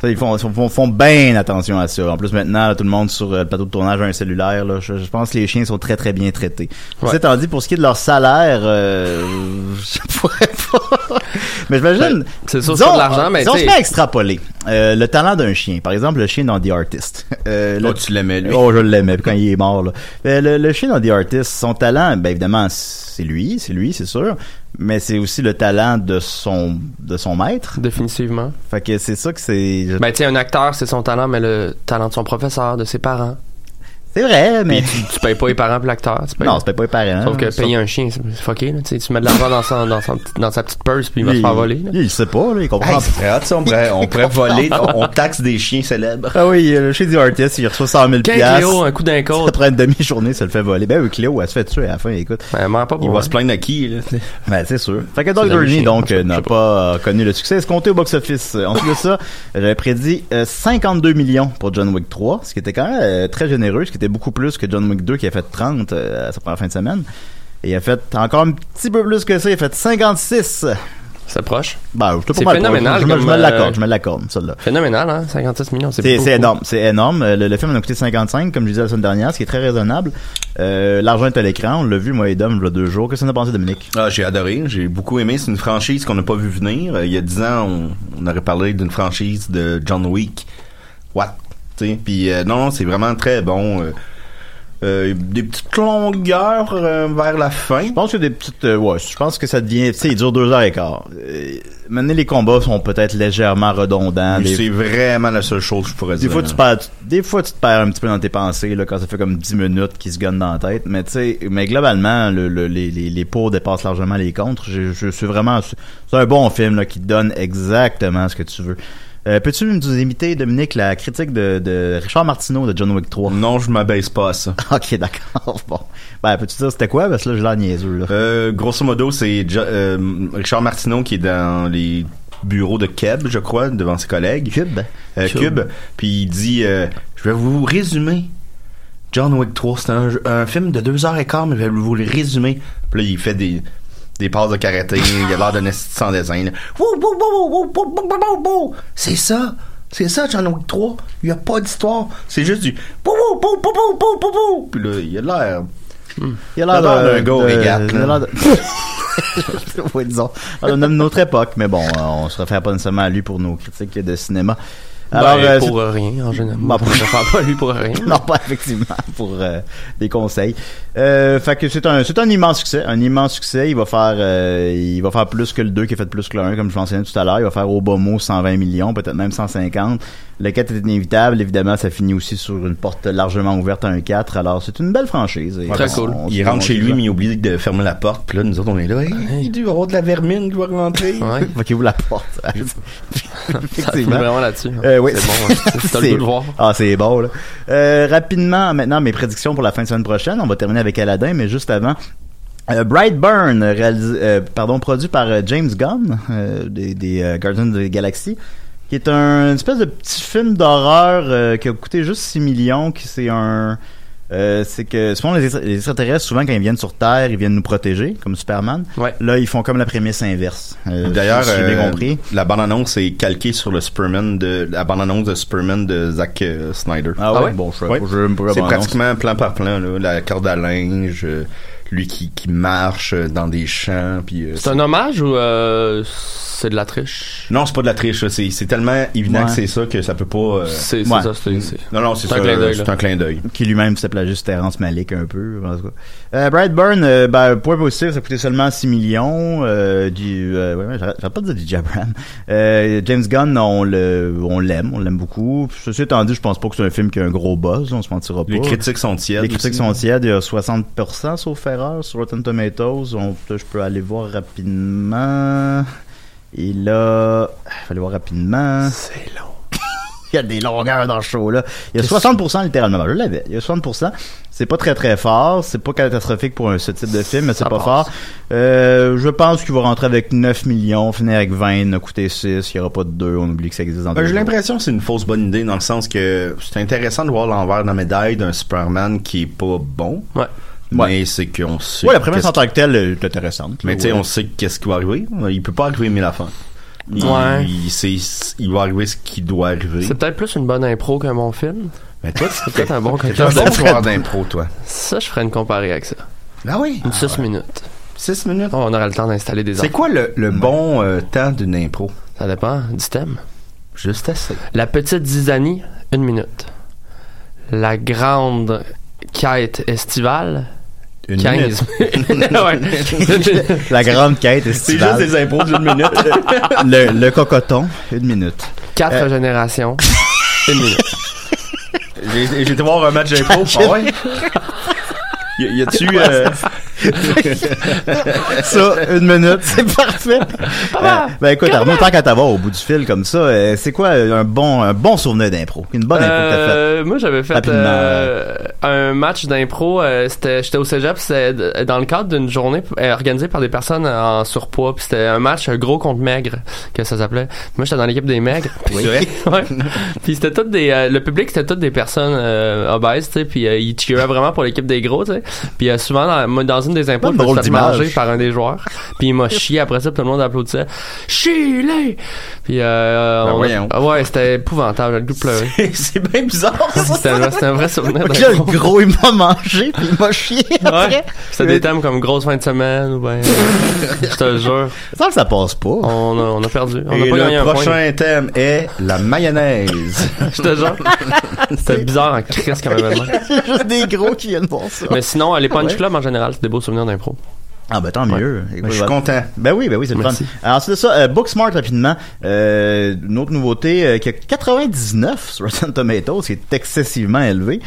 ça, ils font, font, font bien attention à ça. En plus, maintenant, là, tout le monde sur euh, le plateau de tournage a un cellulaire, là. Je, je pense que les chiens sont très, très bien traités.
Ouais.
C'est tandis, pour ce qui est de leur salaire, euh, je pourrais pas. mais j'imagine.
Ben, c'est sûr,
disons,
c'est de l'argent, mais
disons, on
tu
se
sais-
met à extrapoler. Euh, le talent d'un chien. Par exemple, le chien dans The Artist. Euh, le-
Oh, tu l'aimais, lui.
Oh, je l'aimais quand il est mort. Là. Euh, Le, le chien dans The Artist, son talent, ben évidemment, c'est lui, c'est lui, c'est sûr. Mais c'est aussi le talent de son de son maître.
Définitivement.
Fait que c'est ça que c'est. je-
Ben, tu sais, un acteur, c'est son talent, mais le talent de son professeur, de ses parents.
c'est vrai, mais
Puis tu, tu payes pas les parents pour l'acteur. tu payes-
non, c'était pas hein, les parents.
Sauf que
Ça-
payer un chien, c'est c'est fucké. Là. Tu sais, tu mets de l'argent dans, son- dans, son petit- dans sa petite purse, puis il va se faire voler. là.
Il, il sait pas, là, il comprend.
Hey,
pas.
c'est vrai, tu sais, on pourrait, on pourrait voler, on, on taxe des chiens célèbres.
Ah oui, euh, chez The Artist, il reçoit 100 000
Quand Cléo,
piastres.
un coup d'un côte,
Après une demi-journée, ça le fait voler. Ben oui, Cléo, elle se fait tuer à la fin, écoute.
ben, elle meurt pas pour
Il va
vrai.
se plaindre à qui, là? tu sais?
Ben, c'est sûr. Fait que Dog
C'est dans les
Journey,
chiens,
donc,
je sais
euh, n'a
pas.
pas euh, connu le succès escompté au box-office. Euh, Ensuite de ça, j'avais prédit euh, 52 millions pour John Wick 3, ce qui était quand même euh, très généreux, ce qui était beaucoup plus que John Wick 2 qui a fait 30 euh, à sa première fin de semaine. Et il a fait encore un petit peu plus que ça, il a fait 56.
C'est proche.
Ben, je te
C'est
pas mal
phénoménal
proche. Je me- Je
comme,
me l'accorde,
euh,
je me l'accorde, celle-là.
Phénoménal, hein? 56 millions, c'est
C'est
beaucoup.
c'est énorme, c'est énorme. Euh, Le, le film en a coûté 55, comme je disais la semaine dernière, ce qui est très raisonnable. Euh, L'argent est à l'écran, on l'a vu, moi et Dom, il y a deux jours. Qu'est-ce que t'en as pensé, Dominique?
Ah, j'ai adoré, j'ai beaucoup aimé. C'est une franchise qu'on n'a pas vu venir. Euh, Il y a 10 ans, on, on aurait parlé d'une franchise de John Wick. What? Tu sais, Puis euh, non, non, c'est vraiment très bon. Euh, euh, des petites longueurs euh, vers la fin.
Je pense que des petites. euh, ouais, je pense que ça devient. Tu sais, il dure deux heures et quart. Euh, maintenant, les combats sont peut-être légèrement redondants.
Mais
Des,
C'est vraiment la seule chose que je pourrais
des
dire.
fois, tu perds, des fois, tu te perds un petit peu dans tes pensées là, quand ça fait comme 10 minutes qui se gagnent dans la tête. Mais tu sais, mais globalement, le, le- les, les, les pour dépassent largement les contres. Je, je suis vraiment. C'est un bon film là, qui te donne exactement ce que tu veux. Euh, Peux-tu nous imiter, Dominique, la critique de, de Richard Martineau de John Wick 3
Non, je m'abaisse pas à ça.
Ok, d'accord. Bon. Ben, peux-tu dire c'était quoi Parce que là, je l'ai niaiseux. Là.
Euh, grosso modo, c'est Jo- euh, Richard Martineau qui est dans les bureaux de Keb, je crois, devant ses collègues.
Cube.
Euh,
Sure.
Cube. Puis il dit euh, Je vais vous résumer. John Wick 3, c'est un, un film de deux heures et quart, mais je vais vous le résumer. Puis là, il fait des, des passes de karaté. il a l'air d'un esti sans design. là. Wou, wou, wou, wou, wou, wou, wou, wou, wou. C'est ça. C'est ça, John Wick 3. Il n'y a pas d'histoire. C'est juste du. wou, wou, wou, wou, wou, wou, wou, wou. Puis là, il a l'air.
Il a
Ça a l'air
de-
d'un gars au
de-
régate,
il a
là.
l'air de- oui, disons. Alors, on aime notre époque, mais bon, euh, on se réfère pas nécessairement à lui pour nos critiques de cinéma. Alors,
Ben,
euh,
pour
c'est-
euh, rien, en général.
Bah, pour-
Je parle pas à lui pour rien.
non, pas effectivement pour euh, des conseils. Euh, fait que c'est un c'est un immense succès, un immense succès. Il va faire euh, il va faire plus que le 2 qui a fait plus que le 1 comme je l'enseignais tout à l'heure. Il va faire au bas mot 120 millions, peut-être même 150. Le 4 est inévitable, évidemment, ça finit aussi sur une porte largement ouverte à un 4. Alors c'est une belle franchise. Et on- on-
Il
on-
rentre
on-
chez lui, mais il oublie de fermer la porte. Puis là, nous autres, on est là. Hey, Il doit y avoir de la vermine qui va rentrer.
Fait qu'il ouvre la porte.
Ça fout vraiment là-dessus.
Euh, oui.
C'est bon, hein. T'as le goût de voir.
Ah, c'est bon, là. Euh, rapidement, maintenant, mes prédictions pour la fin de semaine prochaine. On va terminer avec Aladdin, mais juste avant. Euh, Brightburn, réalisé- euh, pardon, produit par euh, James Gunn, euh, des, des, euh, Guardians of the Galaxy, qui est un une espèce de petit film d'horreur euh, qui a coûté juste 6 millions, qui c'est un... Euh, c'est que souvent les, extra- les extraterrestres souvent quand ils viennent sur Terre ils viennent nous protéger comme Superman là ils font comme la prémisse inverse Euh,
D'ailleurs,
si j'ai bien
euh,
compris
la bande-annonce est calquée sur le Superman de la bande-annonce de Superman de Zack euh, Snyder.
Ah ouais? Bon, je sais pas, je sais même pas la
C'est
bande-annonce.
pratiquement plan par plan là, la corde à linge, euh, lui qui, qui marche euh, dans des champs, puis. euh,
C'est un hommage ou euh, c'est de la triche?
Non, c'est pas de la triche. là. C'est c'est tellement évident
Ouais.
que c'est ça que ça peut pas. euh,
C'est- c'est
Ouais.
ça, c'est- c'est-
Non, non, c'est
c'est
ça.
un clin d'œil,
C'est
là.
un clin d'œil.
Qui lui-même s'appelait juste Terrence Malik un peu. En tout cas. Euh, Brightburn, euh, ben, point positif, ça coûtait seulement 6 millions. Euh, du, euh, ouais, ouais, j'arrête j'arrête pas de dire du Jabran. Euh, James Gunn, on le, on l'aime, on l'aime beaucoup. Ceci étant dit, je pense pas que c'est un film qui a un gros buzz, là, on se mentira pas.
Les critiques sont tièdes
Les critiques
aussi.
sont tièdes, il y a 60% sauf erreur sur Rotten Tomatoes. On, peut- je peux aller voir rapidement. Et là, il fallait voir rapidement. C'est long. il y a des longueurs dans ce show-là. Il y a 60% littéralement. Je l'avais. Il y a 60%. C'est pas très très fort. C'est pas catastrophique pour un- ce type de film, mais c'est pas fort. Euh, je pense qu'il va rentrer avec 9 millions, finir avec 20, il en a coûté 6, il y aura pas de 2, on oublie que ça existe dans
Ben,
deux
J'ai
jours.
l'impression que c'est une fausse bonne idée dans le sens que c'est intéressant de voir l'envers de la médaille d'un Superman qui est pas bon.
Ouais.
Mais c'est qu'on sait.
Ouais, la prémisse
qu'est-ce-
en tant que telle est intéressante.
Mais
là,
tu sais,
ouais.
on sait qu'est-ce qui va arriver. Il peut pas arriver mille affaires. Il,
Ouais.
Il, sait- il va arriver ce qui doit arriver.
C'est peut-être plus une bonne impro qu'un bon film.
Mais toi,
c'est peut-être un bon
t'es
cocktail
un bon
d'impro.
joueur d'impro, toi.
Ça, je ferais une comparée avec ça.
Ben
Ah oui?
Une 6 minutes.
6 minutes?
on aura le temps d'installer des
C'est
enfants.
quoi le, le bon euh, temps d'une impro?
Ça dépend du thème.
Juste assez.
La petite zizanie, une minute. La grande quête estivale,
Une
15 minutes. Ouais.
La grande quête estivale.
C'est juste des impôts d'une minute.
le, le cocoton, une minute.
Quatre générations, une minute.
J'ai j'ai été voir un match d'impro.
Quatre
Ah ouais? Y, y a-tu. euh,
ça, une minute, c'est parfait.
Ah.
Euh, ben écoute, Arnaud, tant qu'à t'avoir au bout du fil comme ça, euh, c'est quoi euh, un bon, un bon souvenir d'impro? Une bonne impro que t'as faite?
Euh, Moi, j'avais fait
Rapidement,
euh, un match d'impro. euh, c'était- J'étais au cégep. C'était d- dans le cadre d'une journée euh, organisée par des personnes en surpoids. Puis c'était un match euh, gros contre maigre, que ça s'appelait. Moi, j'étais dans l'équipe des maigres.
Oui. C'est
Ouais. Puis c'était toutes des. euh, le public, c'était toutes des personnes euh, obèses, tu sais. Puis euh, ils cheeraient vraiment pour l'équipe des gros, tu sais. Puis euh, souvent, dans, moi, dans une des impôts,
Pas
je me suis
de drôle
fait
d'image.
manger par un des joueurs. Puis il m'a chié après ça, puis tout le monde applaudissait. Chilé! Puis euh,
Ben
on a-
voyons.
Ah ouais, c'était épouvantable, j'ai le goût de pleurer.
C'est bien bizarre.
C'était un, c'était un vrai souvenir.
Fait que là, le
d'impro.
gros, il m'a mangé, puis il m'a chié après.
Ouais. C'était des thèmes comme grosse fin de semaine ou ben. je te jure.
Ça, ça passe pas.
On a, on a perdu. On a
Et
pas gagné
le
un point.
prochain thème est la mayonnaise.
Je te jure. C'était bizarre en crise quand même. hein.
juste des gros qui viennent voir ça.
Mais sinon, les Punch
Ouais.
Club en général, c'est des beaux souvenirs d'impro.
Ah ben tant mieux. Écoute,
Ben, je suis
voilà.
content.
Ben oui, ben oui, c'est le fun.
Merci.
Alors c'est ça, euh, Booksmart rapidement, euh, une autre nouveauté euh, qui a 99 sur Rotten Tomatoes, qui est excessivement élevé.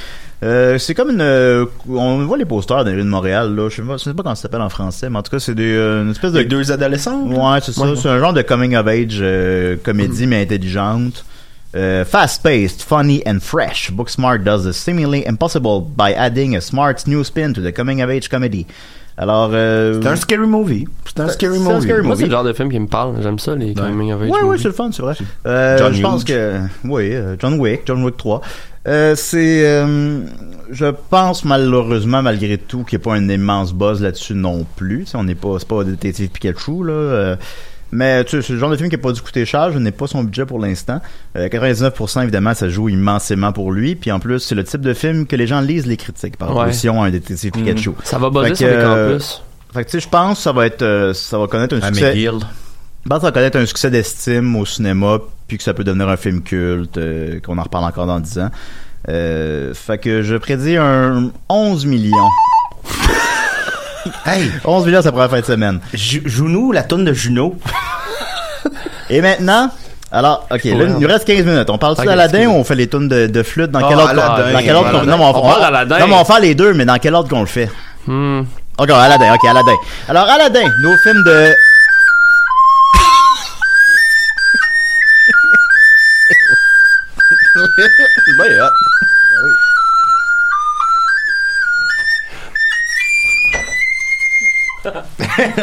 Euh, c'est comme une, euh, on voit les posters dans les rues de Montréal là, je sais pas, je sais pas comment ça s'appelle en français, mais en tout cas c'est des, euh, une espèce de
Les deux adolescents.
ouais c'est ça, c'est un genre de coming of age euh,
Mm.
comédie mais intelligente. Euh, Fast-paced, funny and fresh, Booksmart does the seemingly impossible by adding a smart new spin to the coming-of-age comedy. Alors, euh,
C'est un scary movie. C'est un scary
c'est un
movie.
scary
Moi, c'est
movie.
le genre de film qui me parle. J'aime ça, les coming of age.
Ouais, ouais,
movies.
c'est le fun, c'est vrai. Euh,
John
je pense
Hughes.
que oui, euh, John Wick, John Wick 3. Euh, c'est, euh, je pense malheureusement malgré tout qu'il n'y a pas un immense buzz là-dessus non plus. Tu sais, on n'est pas, c'est pas détective Pikachu là. euh, mais tu sais, c'est le genre de film qui n'a pas dû coûter cher. Je n'ai pas son budget pour l'instant. Euh, 99% évidemment, ça joue immensément pour lui. Puis en plus, c'est le type de film que les gens lisent les critiques par
Ouais. Mm.
opposition à un détective Pikachu.
Ça va
Hmm.
buzzer
Fait que,
sur les
euh,
campus.
Fait que tu sais, je pense que ça va être, euh, ça va connaître un succès.
McGill.
Je pense que ça va connaître un succès d'estime au cinéma, puis que ça peut devenir un film culte, euh, qu'on en reparle encore dans 10 ans. Euh, fait que je prédis un 11 millions. hey! 11 millions, ça pourrait fin de semaine. Juno, la tonne de Juno. Et maintenant, alors, ok, là, il nous reste 15 minutes. On parle-tu
Ok,
d'Aladin
excuse.
ou on fait les tunes de, de flûte? Dans
Ah,
quel ordre?
Aladdin,
dans quel ordre
Aladdin.
non, mais on, va-
On parle d'Aladdin.
Non, mais on va faire les deux, mais dans quel ordre qu'on le fait?
Hmm.
Ok, Aladdin, ok, Aladdin. Alors, Aladdin, nos films de.
C'est bien hot.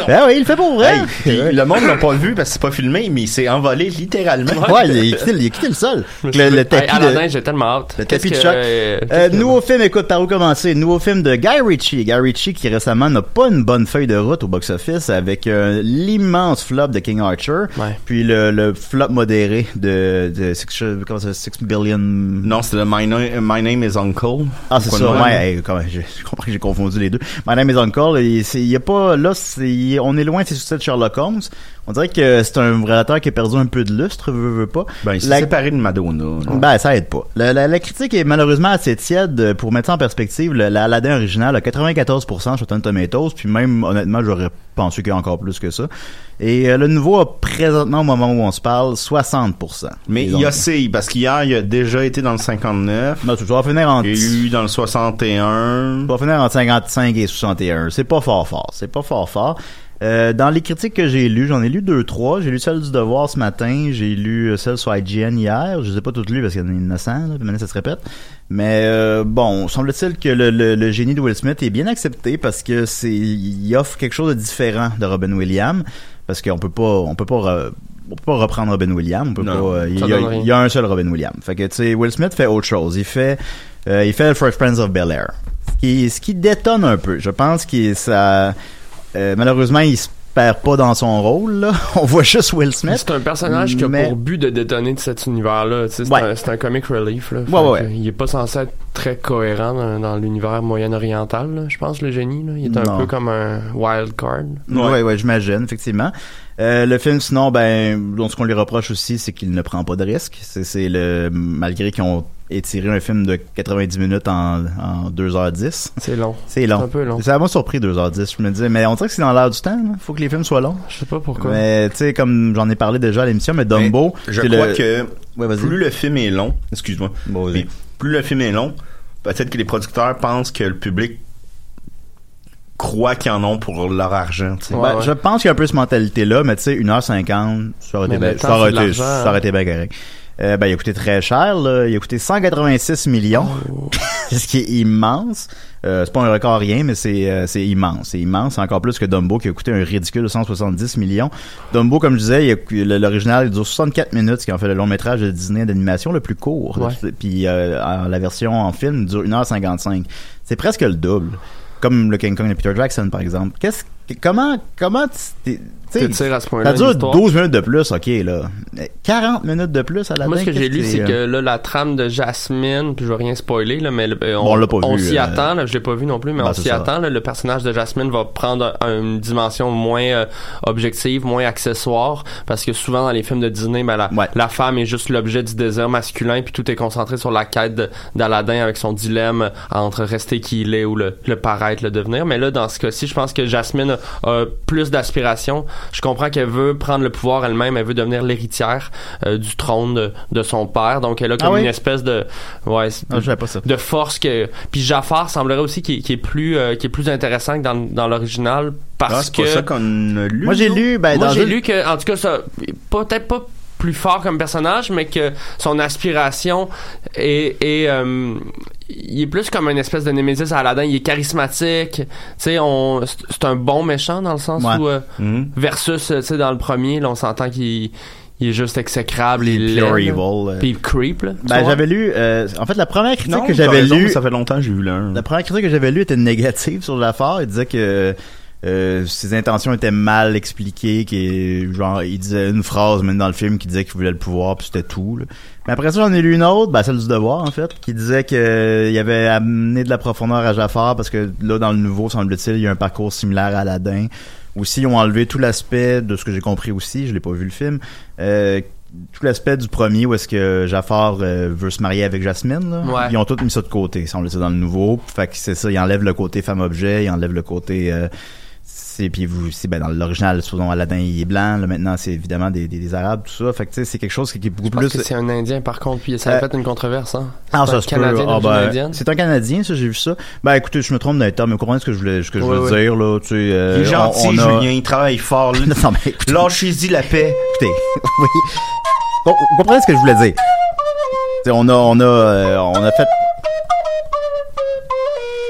Ben oui, il le fait pour vrai.
Puis le monde l'a pas vu parce que c'est pas filmé, mais il s'est envolé littéralement.
Ouais, il a quitté, il a quitté le sol. Le, le tapis
Hey, Aladdin,
de-
j'ai tellement hâte.
Le tapis de
Qu'est-ce
choc.
que-
Euh, nouveau film, écoute, par où commencer? Nouveau film de Guy Ritchie. Guy Ritchie qui récemment n'a pas une bonne feuille de route au box-office avec euh, l'immense flop de King Archer. Puis le, le flop modéré de, de six, comment ça, Six Billion... Non,
c'est le My, Na- My Name is Uncle.
Ah, c'est
Quoi
ça.
de même?
Ouais, hey, comment- je, je comprends que j'ai confondu les deux. My name is Uncle, il c'est- il y a pas, là, c'est- il- on est loin de ses succès de Sherlock Holmes. On dirait que c'est un réalisateur qui a perdu un peu de lustre, veut, veut pas.
Ben, il s'est
La-
séparé de Madonna. là.
ben, ça aide pas. La, la- la critique est malheureusement assez tiède. Euh, Pour mettre ça en perspective, le- la Aladdin original a 94% sur Rotten Tomatoes, puis même, honnêtement, j'aurais pensé qu'il y a encore plus que ça. Et euh, le nouveau a présentement, au moment où on se parle, 60%.
Mais il
Ils ont-
y a C, parce qu'hier, il a déjà été dans le 59.
Non, tu dois finir en...
Il y a eu dans le 61.
Tu dois finir en 55 et 61. C'est pas fort fort. C'est pas fort fort. Euh, dans les critiques que j'ai lues, j'en ai lu deux, trois. J'ai lu celle du Devoir ce matin, j'ai lu euh, celle sur IGN hier. Je les ai pas toutes lues parce qu'il y en a 900, là, puis maintenant ça se répète. Mais euh, bon, semble-t-il que le, le- le génie de Will Smith est bien accepté parce que c'est il offre quelque chose de différent de Robin Williams parce qu'on peut pas on peut pas re- on peut pas reprendre Robin Williams, on peut
Non,
pas, euh, il,
ça
y a,
donne rien.
il y a un seul Robin Williams. Fait que tu sais Will Smith fait autre chose, il fait euh, il fait le Fresh Prince of Bel-Air. Ce qui ce qui détonne un peu. Je pense que ça euh, malheureusement il se perd pas dans son rôle là. On voit juste Will Smith.
C'est un personnage qui a
Mais-
pour but de détonner de cet univers-là. tu sais, C'est un, c'est un comic relief. Là. Fait
Ouais, ouais,
que Il est pas censé être très cohérent dans, dans l'univers moyen-oriental, là, je pense, le génie. là. Il est un
Non.
peu comme un wild card.
Ouais, ouais, j'imagine, effectivement. Euh, le film, sinon, ben, donc, ce qu'on lui reproche aussi, c'est qu'il ne prend pas de risques. C'est, c'est le, malgré qu'ils ont étiré un film de 90 minutes en, en 2h10.
C'est long.
C'est long.
C'est un peu long.
Ça m'a surpris 2h10. Je me disais, mais on dirait que c'est dans l'air du temps, là. Faut que les films soient longs.
Je sais pas pourquoi.
Mais, tu sais, comme j'en ai parlé déjà à l'émission, mais Dumbo.
Je
c'est
crois
le-
que
Ouais, vas-y.
plus le film est long, excuse-moi, mais plus le film est long, peut-être que les producteurs pensent que le public croit qu'ils en ont pour leur argent. tu sais.
Ben, Je pense qu'il y a un peu cette mentalité-là, mais tu sais, 1h50, ça aurait
Mais
été bien
le temps,
ça aurait
c'est de
été-
l'argent.
ça aurait été bien correct. Euh, ben, il a coûté très cher, là. Il a coûté 186 millions,
Oh.
ce qui est immense. Euh, c'est pas un record rien, mais c'est euh, c'est immense. C'est immense, C'est encore plus que Dumbo qui a coûté un ridicule 170 millions. Dumbo, comme je disais, il a cou- le- l'original il dure 64 minutes, ce qui en fait le long métrage de Disney d'animation le plus court.
Ouais.
Puis euh, en- la version en film dure 1h55. C'est presque le double. Comme le King Kong de Peter Jackson, par exemple. Qu'est-ce que- comment comment tu t'es- tu sais,
T'étires à ce point-là
ça dure
une histoire.
12 minutes de plus, ok, là. Mais 40 minutes de plus à la
Moi, ce
fin,
que j'ai lu,
qu'est-ce
c'est
euh,
que là, la trame de Jasmine, puis je veux rien spoiler, là, mais euh,
Bon, on l'a pas vu,
s'y
euh,
attend, là, je l'ai pas vu non plus, mais
ben,
on
c'est
s'y
ça.
attend. là, le personnage de Jasmine va prendre un- une dimension moins euh, objective, moins accessoire, parce que souvent dans les films de Disney, ben, la, la femme est juste l'objet du désir masculin, puis tout est concentré sur la quête de- d'Aladin avec son dilemme entre rester qui il est ou le, le paraître, le devenir. Mais là, dans ce cas-ci, je pense que Jasmine a, a plus d'aspiration. Je comprends qu'elle veut prendre le pouvoir elle-même, elle veut devenir l'héritière euh, du trône de, de son père. Donc elle a comme
Ah oui?
une espèce de ouais, c'est-
Ah, je savais pas ça.
de force que puis Jafar semblerait aussi qui est plus euh, qui est plus intéressant que dans, dans l'original parce
Ah, c'est
que
pas ça qu'on a lu.
Moi, j'ai
nous.
lu, ben,
moi
dans
j'ai
une-
lu que en tout cas ça peut-être pas plus fort comme personnage mais que son aspiration est, est, euh, il est plus comme une espèce de némésis à Aladdin il est charismatique tu sais on c'est- c'est un bon méchant dans le sens
Ouais.
où euh,
Mhm.
versus euh, tu sais dans le premier là, on s'entend qu'il il est juste exécrable il
Pure
est
Evil, euh.
puis il creep là, tu
Ben,
vois.
j'avais lu, euh, en fait, la première critique
Non,
que
t'as
j'avais
raison,
lue.
Ça fait longtemps que j'ai eu l'un.
La première critique que j'avais lue était négative sur l'affaire. Il disait que euh, ses intentions étaient mal expliquées, qu'il genre il disait une phrase même dans le film qui disait qu'il voulait le pouvoir, puis c'était tout. là. Mais après ça, j'en ai lu une autre, ben, celle du devoir en fait, qui disait que euh, il avait amené de la profondeur à Jafar parce que là dans le nouveau semble-t-il, il y a un parcours similaire à Aladdin. Aussi, ils ont enlevé tout l'aspect de ce que j'ai compris aussi, je l'ai pas vu le film. euh, tout l'aspect du premier où est-ce que Jafar euh, veut se marier avec Jasmine, là.
Ouais.
ils ont tout mis ça de côté. Ça, on le sait dans le nouveau. Fait que c'est ça, ils enlèvent le côté femme-objet, ils enlèvent le côté... euh, c'est puis vous aussi ben dans l'original supposons Aladdin il est blanc là, maintenant c'est évidemment des, des, des arabes tout ça fait que tu sais c'est quelque chose qui, qui est beaucoup
Je pense
plus
que c'est un Indien, par contre, puis ça a
Euh,
fait une controverse, hein?
Ah,
C'est
ça
un
se peut.
Canadien
Ah,
d'origine
ben,
indienne.
c'est un Canadien, ça, j'ai vu ça. Ben, écoutez, je me trompe dans les termes, mais vous comprenez ce que je voulais, ce que je
Ouais,
voulais
ouais.
dire, là, tu sais. euh,
Il est gentil,
on- on a-
Julien, il travaille fort. là.
Non, mais écoutez,
Lâchez-y la paix.
écoutez, oui. Bon, vous comprenez ce que je voulais dire? Tu sais, on a, on a, euh, on a fait.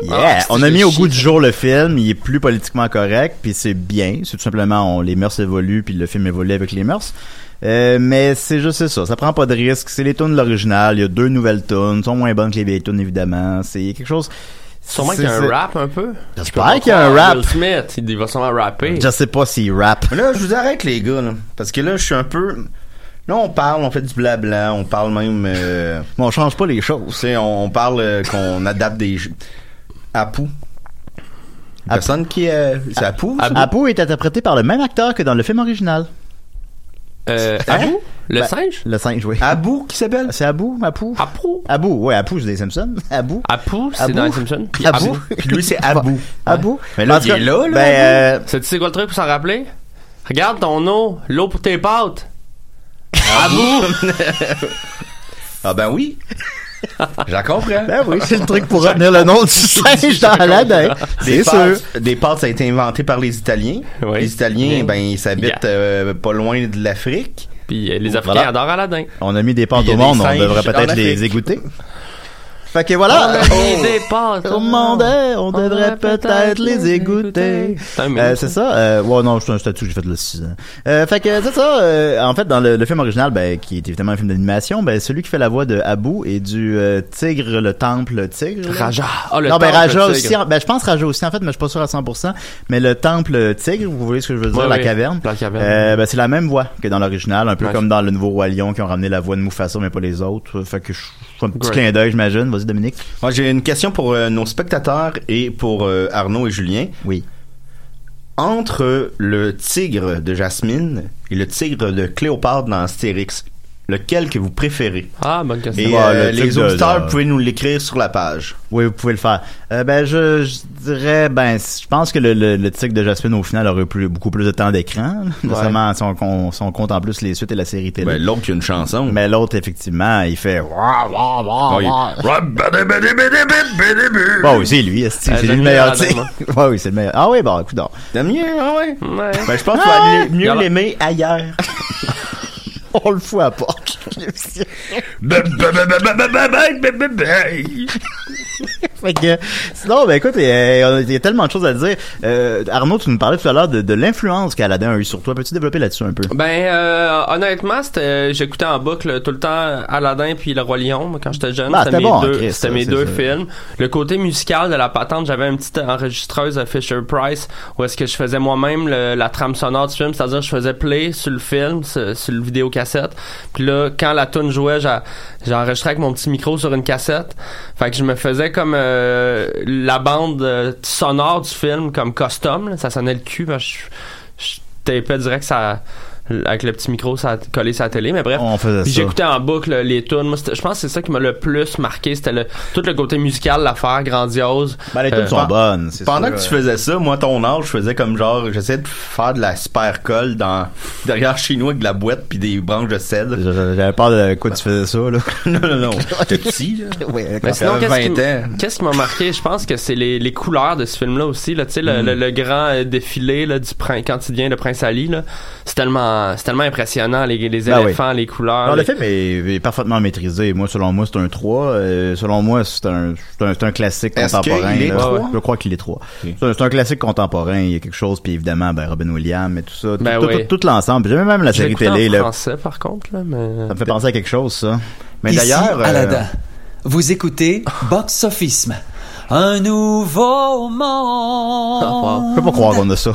Yeah!
Ah,
on a mis au
c'est
goût du jour le film, il est plus politiquement correct, puis c'est bien. C'est tout simplement, on, les mœurs évoluent, puis le film évolue avec les mœurs. Euh, mais c'est juste c'est ça, ça prend pas de risque. C'est les tunes de l'original, il y a deux nouvelles tunes, elles sont moins bonnes que les vieilles tunes évidemment. C'est quelque chose.
Sûrement
c'est-
qu'il y a un
c'est-
rap un peu.
J'espère qu'il y a un rap.
Will Smith, il va sûrement rapper.
Je sais pas s'il rap.
Mais là, je vous arrête, les gars, là, parce que là, je suis un peu. Là, on parle, on fait du blabla, on parle même. euh,
on change pas les choses.
On, on parle euh, qu'on adapte des. jeux. Apu. Personne qui. euh, c'est Apu? ça?
Apu est interprété par le même acteur que dans le film original.
Euh,
Hein?
Abu? Le
Ben,
singe?
Le singe, oui.
Abou qui s'appelle
C'est Abou, Apu.
Apu
Abu, ouais, Apu, c'est des Simpsons. Abu.
Apu, c'est
Abu.
dans les Simpsons. Puis
Abu.
Abu.
Puis lui, c'est Abou.
Abu.
Mais là,
En tout
il est
cas,
là, là,
Ben, euh,
Sais-tu c'est quoi le truc pour s'en rappeler? Regarde ton eau, l'eau pour tes pâtes. Abou!
Ah, ben oui. J'en comprends.
ben oui, c'est le truc pour retenir le nom du singe dans Aladdin.
Des
C'est sûr.
pâtes, des pâtes, ça a été inventé par les Italiens.
Oui.
Les Italiens, ben, ils s'habitent
Yeah.
euh, pas loin de l'Afrique.
Puis euh, les Africains
Voilà.
adorent Aladdin.
On a mis des pentes
Il y a
au
des
monde, on
singes
devrait
en
peut-être
Afrique.
les égoutter. Fait que voilà.
des pâtes. Oh.
Au Oh, monde, on devrait peut-être les égoutter.
Putain, mais
Euh, c'est ça. Euh, ouais, non, c'est un statut que j'ai fait le 6 ans. Euh, fait que c'est ça. euh, en fait, dans le, le film original, ben, qui est évidemment un film d'animation, ben, celui qui fait la voix de Abu et du euh, tigre, le temple le tigre. là.
Raja. Ah, le
non, ben
temple
Raja
tigre.
aussi. en- Ben, je pense Raja aussi en fait, mais je suis pas sûr à 100%. Mais le temple tigre, vous voyez ce que je veux dire,
Ouais,
la
ouais.
caverne.
La caverne.
Euh, ben, c'est la même voix que dans l'original, un peu
Ouais.
comme dans le nouveau roi lion qui ont ramené la voix de Mufasa mais pas les autres. Euh, Fait que je je fais un petit
Great.
clin d'œil, j'imagine. Vas-y Dominique.
Moi, j'ai une question pour euh, nos spectateurs et pour euh, Arnaud et Julien.
Oui.
Entre le tigre de Jasmine et le tigre de Cléopâtre dans Astérix, lequel que vous préférez
Ah, bonne question.
Et
Bah,
euh,
le
les
tigre de-
auditeurs,
de-
vous pouvez nous l'écrire sur la page.
Oui, vous pouvez le faire. Euh, ben, je, je dirais, ben, c- je pense que le, le, le tigre de Jasmine, au final, aurait plus, beaucoup plus de temps d'écran, là, notamment si on, qu'on- si on compte en plus les suites et la série télé.
Ben, L'autre, il y a une chanson.
mais l'autre, effectivement, il fait...
Ah, il-
Bon, oui, c'est lui, esti,
Euh,
c'est lui
j'aime
le
mieux
meilleur
Adam,
tigre. Ouais, oui, c'est le meilleur. Ah oui, bon, écoute donc.
T'aimes mieux, ah ouais?
Ouais.
Ben, je pense qu'on
Ah!
va mieux
Yalla.
l'aimer ailleurs.
On le fout à porte.
Ben,
Fait que, sinon, ben écoute, il y a- il y, a tellement de choses à dire. Euh, Arnaud, tu nous parlais tout à l'heure de, de l'influence qu'Aladin a eu sur toi. Peux-tu développer là-dessus un peu?
Ben euh, honnêtement, c'était euh, j'écoutais en boucle tout le temps Aladdin puis Le Roi Lion moi, quand j'étais jeune,
Ah,
c'était
c'était
mes
bon,
deux,
Chris,
c'était
ça,
mes
c'est
deux
ça.
films. Le côté musical de la patente, j'avais une petite enregistreuse à Fisher Price où est-ce que je faisais moi-même le- la trame sonore du film, c'est-à-dire je faisais play sur le film, sur, sur le vidéocassette. Puis là, quand la tune jouait, j'a- j'enregistrais avec mon petit micro sur une cassette. Fait que je me faisais comme euh, la bande euh, sonore du film comme custom, là. ça sonnait le cul, parce que je, je tapais direct ça avec le petit micro ça collé sur la télé mais bref
On faisait
puis
ça.
j'écoutais en boucle les tunes Moi, c'était- je pense que c'est ça qui m'a le plus marqué c'était le tout le côté musical l'affaire grandiose
Ben, les tunes
Euh,
sont
pen-
bonnes. c'est
Pendant
sûr,
que tu
euh.
faisais ça, moi, à ton âge, je faisais comme genre, j'essayais de faire de la supercolle dans, derrière chez nous avec de la boîte puis des branches de cèdre.
Je- J'avais peur de quoi tu faisais ça, là.
non, non, non. T'es petit, là.
oui, d'accord.
Mais sinon,
J'avais
qu'est-ce qui,
20 ans.
m- qu'est-ce qui m'a marqué, je pense que c'est les, les couleurs de ce film-là aussi. Là, tu sais, le,
Mm.
le- le grand euh, défilé là, du prin- quand il devient le prince Ali, là, c'est tellement, c'est tellement impressionnant, les, les
Ben oui.
éléphants, les couleurs.
Non, le
les-
film est, est parfaitement maîtrisé. Moi, selon moi, c'est un 3. Euh, selon moi, c'est un, c'est un, c'est un classique
Est-ce
contemporain.
qu'il est
là.
trois?
Je crois qu'il est 3. C'est un- c'est un classique contemporain. Il y a quelque chose, puis évidemment, ben, Robin Williams et tout ça. Tout,
Ben
tout-
oui.
tout- tout l'ensemble. J'aime même la
Je
série
l'écoutais
télé.
en
Là.
français, par contre, là, mais...
Ça me fait penser à quelque chose, ça. Mais
Ici,
d'ailleurs... euh,
Aladdin, vous écoutez Box Sophisme. Un nouveau
je
monde.
peux pas croire qu'on a ça.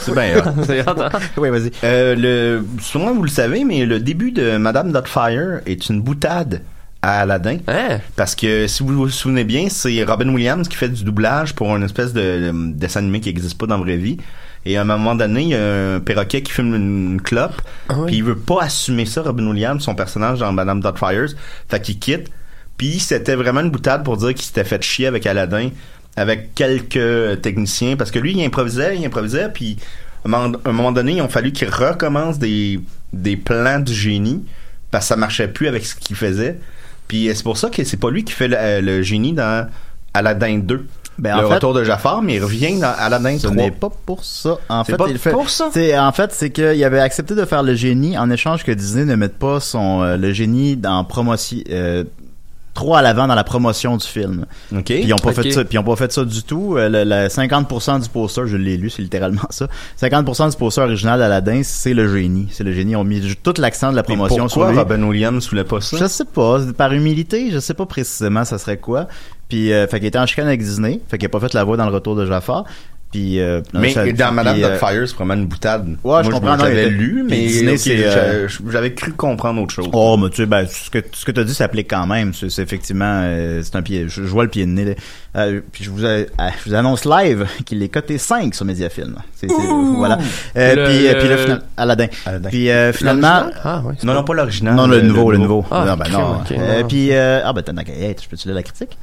C'est bien hot.
C'est hot, hein?
oui, vas-y.
Euh, le, sûrement vous le savez, mais le début de Madame Dotfire est une boutade à Aladdin.
Hein?
Parce que si vous vous souvenez bien, c'est Robin Williams qui fait du doublage pour une espèce de, de dessin animé qui n'existe pas dans la vraie vie. Et à un moment donné, il y a un perroquet qui fume une, une clope. Puis il veut pas assumer ça, Robin Williams, son personnage dans Madame Doubtfires. Fait qu'il quitte. Puis c'était vraiment une boutade pour dire qu'il s'était fait chier avec Aladdin, avec quelques techniciens, parce que lui, il improvisait, il improvisait, puis à un moment- à un moment donné, il a fallu qu'il recommence des, des plans du génie, parce que ça marchait plus avec ce qu'il faisait. Puis euh, c'est pour ça que c'est pas lui qui fait le, euh, le génie dans Aladdin 2.
Ben, en
le
fait-
retour de Jafar, mais il revient dans Aladdin 3.
n'est pas pour ça. En
C'est
fait,
pas
il fait-
pour ça.
c'est- en fait, c'est qu'il avait accepté de faire le génie en échange que Disney ne mette pas son euh, le génie en promotion euh, trop à l'avant dans la promotion du film. Puis ils ont pas
Ok.
fait ça, puis ils ont pas fait ça du tout. Euh, le, le 50% du poster, je l'ai lu, c'est littéralement ça. 50% du poster original d'Aladdin, c'est le génie. C'est le génie. Ils ont mis tout l'accent de la
Mais
promotion sur
pourquoi
lui.
Robin Williams voulait pas ça?
Je sais pas, par humilité, je sais pas précisément ça serait quoi. Puis euh, fait qu'il était en chicane avec Disney, fait qu'il a pas fait la voix dans le retour de Jafar. Puis euh,
mais
ça-
dans Madame
puis, euh,
Doubtfire, c'est vraiment une boutade. Ouais,
je comprends, non, il
J'avais
était-
lu,
puis
mais
Disney,
ok,
c'est,
j'avais-
euh,
j'avais cru comprendre autre chose.
Oh, mais tu sais, ben, ce que, ce que tu as dit s'applique quand même. C'est c'est effectivement, euh, c'est un pied. Je, je vois le pied de nez. là. Euh, puis je vous, euh, je vous annonce live qu'il est coté 5 sur Mediafilm. C'est- c'est-
Ouh!
Voilà. Euh,
Le-
puis, euh, puis là,
le-
final- Aladdin. Puis euh, finalement.
Hein?
L'original? Ah, oui, c'est Non, pas- non, pas l'original,
Non, le,
le-
nouveau,
le
le
nouveau.
nouveau.
Ah,
non, ben
ok,
non.
ok,
Euh,
ouais.
puis, euh, ah, ben, t'en as hey, je peux-tu lire la critique?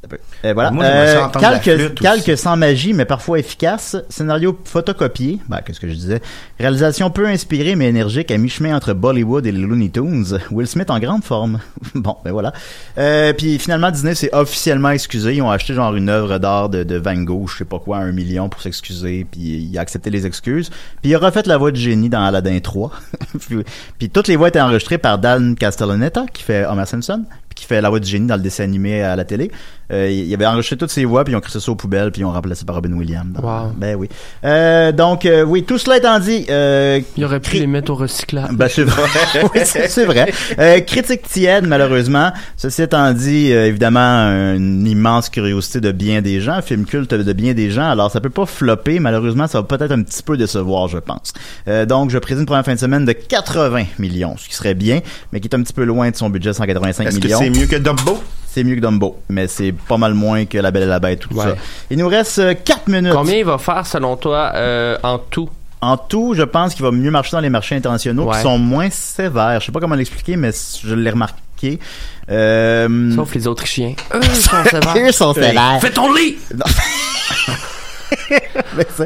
Un peu. Euh, voilà.
Moi, j'aimerais ça
Euh,
entendre la
calque-
flûte
calque sans magie, mais parfois efficace. Scénario photocopié. Bah, qu'est-ce que je disais? Réalisation peu inspirée, mais énergique, à mi-chemin entre Bollywood et les Looney Tunes. Will Smith en grande forme. bon, ben voilà. Euh, puis finalement, Disney s'est officiellement excusé. Ils ont acheté genre une œuvre d'art de, de Van Gogh, je sais pas quoi, un million pour s'excuser. Puis il a accepté les excuses. Puis il a refait la voix de génie dans Aladdin 3. puis, puis toutes les voix étaient enregistrées par Dan Castellaneta, qui fait Homer Simpson puis qui fait la voix du génie dans le dessin animé à la télé. Euh, il il avait enregistré toutes ses voix, puis ils ont crissé ça aux poubelles, puis ils ont remplacé par Robin Williams. Donc, Ben oui. Euh, donc, euh, oui, tout cela étant dit... Euh, il aurait pu les mettre au recyclage. Ben, c'est vrai. oui, c'est c'est vrai. Euh, critique tiède, malheureusement. Ceci étant dit, euh, évidemment, une immense curiosité de bien des gens, film culte de bien des gens, alors ça peut pas flopper. Malheureusement, ça va peut-être un petit peu décevoir, je pense. Euh, donc, je présente une première fin de semaine de 80 millions, ce qui serait bien, mais qui est un petit peu loin de son budget de 185
Est-ce que
millions.
c'est mieux que Dumbo?
C'est mieux que Dumbo, mais c'est pas mal moins que La Belle et la Bête, tout
Ouais.
ça. Il nous reste 4 minutes.
Combien il va faire selon toi euh, en tout
En tout, je pense qu'il va mieux marcher dans les marchés internationaux
Ouais.
qui sont moins sévères. Je sais pas comment l'expliquer, mais je l'ai remarqué. Euh... Sauf les Autrichiens.
Eux sont sévères.
Eux sont sévères.
Fais ton lit!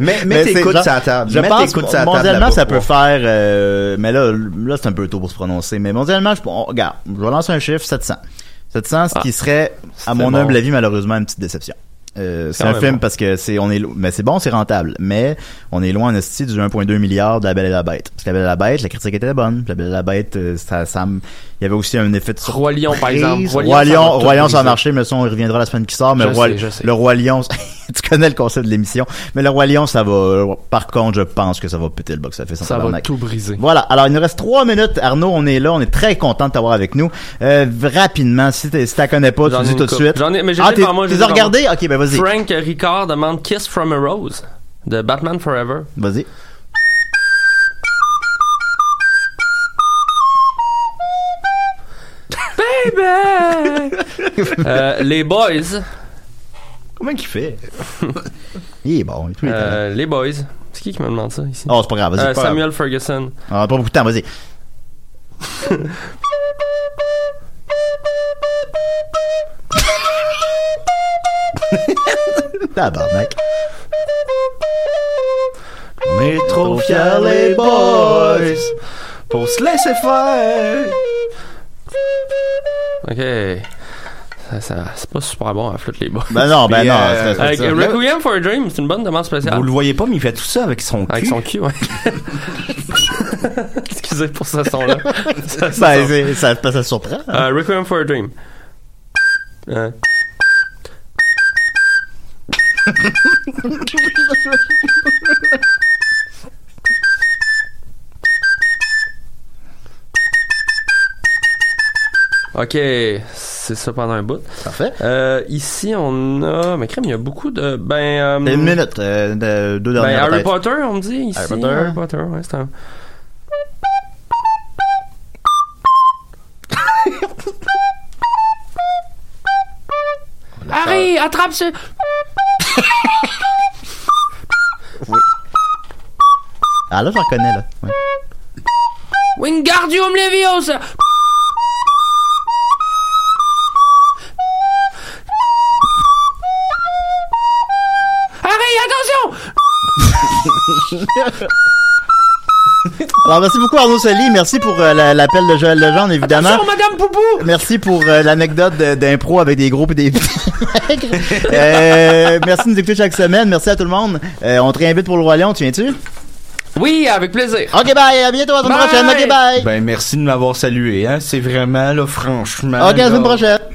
Mais- mais
c'est
t'écoutes
genre-
sa table.
Je
Mais
pense
t'écoutes sa table
mondialement,
là-bas,
ça peut
ouais.
faire. euh, mais là, là c'est un peu tôt pour se prononcer. Mais mondialement, je, on- regarde, je vais lancer un chiffre 700. 700, ce qui serait, à mon
Ah. bon.
humble avis, malheureusement, une petite déception. Euh, c'est
Quand
un
même
film
bon.
parce que c'est on est lo- mais c'est bon c'est rentable mais on est loin en esti du 1.2 milliard de la Belle et la Bête parce que la Belle et la Bête la critique était bonne puis la Belle et la Bête euh, ça ça me- il y avait aussi un effet de surprise
Roi Lion, par exemple. Roi Lion,
Roi
ça
Lion
m'a tout
Roi Lion ça a
brisé.
marché mais ça on y reviendra la semaine qui sort mais
Je
le Roi-
sais, je sais.
le Roi Lion tu connais le concept de l'émission mais le Roi Lion ça va par contre je pense que ça va péter le box office en
Ça va
tabarnak.
tout briser.
Voilà. Alors, il nous reste trois minutes. Arnaud, on est là. On est très content de t'avoir avec nous. Euh, rapidement, si t'es- si t'en connais pas, tu
J'en
dis
ai
tout
une
de
couple.
suite.
J'en ai, mais je
ah,
les ai
t'es-
devant moi, je
t'es
les ai devant
regardé?
moi.
Ok, ben vas-y.
Frank Ricard demande Kiss from a Rose de Batman Forever.
Vas-y.
Baby! Euh, les Boys.
Comment qu'il fait?
Il est bon. il est
Euh, les Boys. C'est qui qui me demande ça ici?
ben. Oh, c'est pas grave, vas-y.
Euh,
Pas grave.
Samuel Ferguson.
Ah, pas beaucoup de temps, vas-y. Tabarnak.
On est trop fiers, les boys, pour se laisser faire.
Ok. Ça, ça- c'est pas super bon à flûte les boys.
Ben non, ben
Puis,
non,
euh,
c'est- c'est
avec
ça.
Requiem for a Dream, c'est une bonne demande spéciale.
Vous le voyez pas, mais il fait tout ça avec son cul.
Avec son cul, ouais. Excusez pour ce son-là. Ça- ça-
Ben, c'est- ça, ça, surprend.
Euh, Requiem for a Dream. Euh, Ok, c'est ça pendant un bout. Euh,
Parfait.
ici, on a. Mais crème, il y a beaucoup de. Ben.
T'as
euh,
Une minute, euh, de- deux
Ben,
dernières.
Harry
peut-être.
Potter, on me dit ici.
Harry Potter.
ouais, c'est un.
Harry, attrape ce.
Oui. Ah là, je la reconnais, là. Ouais.
Wingardium Leviosa! Arrête, attention!
Alors, merci beaucoup, Arnaud Soli. Merci pour euh, la- l'appel de Joël Legendre, évidemment.
Attention, Madame Poupou!
Merci pour euh, l'anecdote de- d'impro avec des groupes et des Euh, merci de nous écouter chaque semaine. Merci à tout le monde. Euh, on te réinvite pour le Roi Lion. Tu viens-tu?
Oui, avec plaisir.
OK, bye. À bientôt. À la semaine prochaine. OK, bye.
Ben, merci de m'avoir salué, hein. C'est vraiment, là, franchement.
OK, à la
là.
semaine prochaine.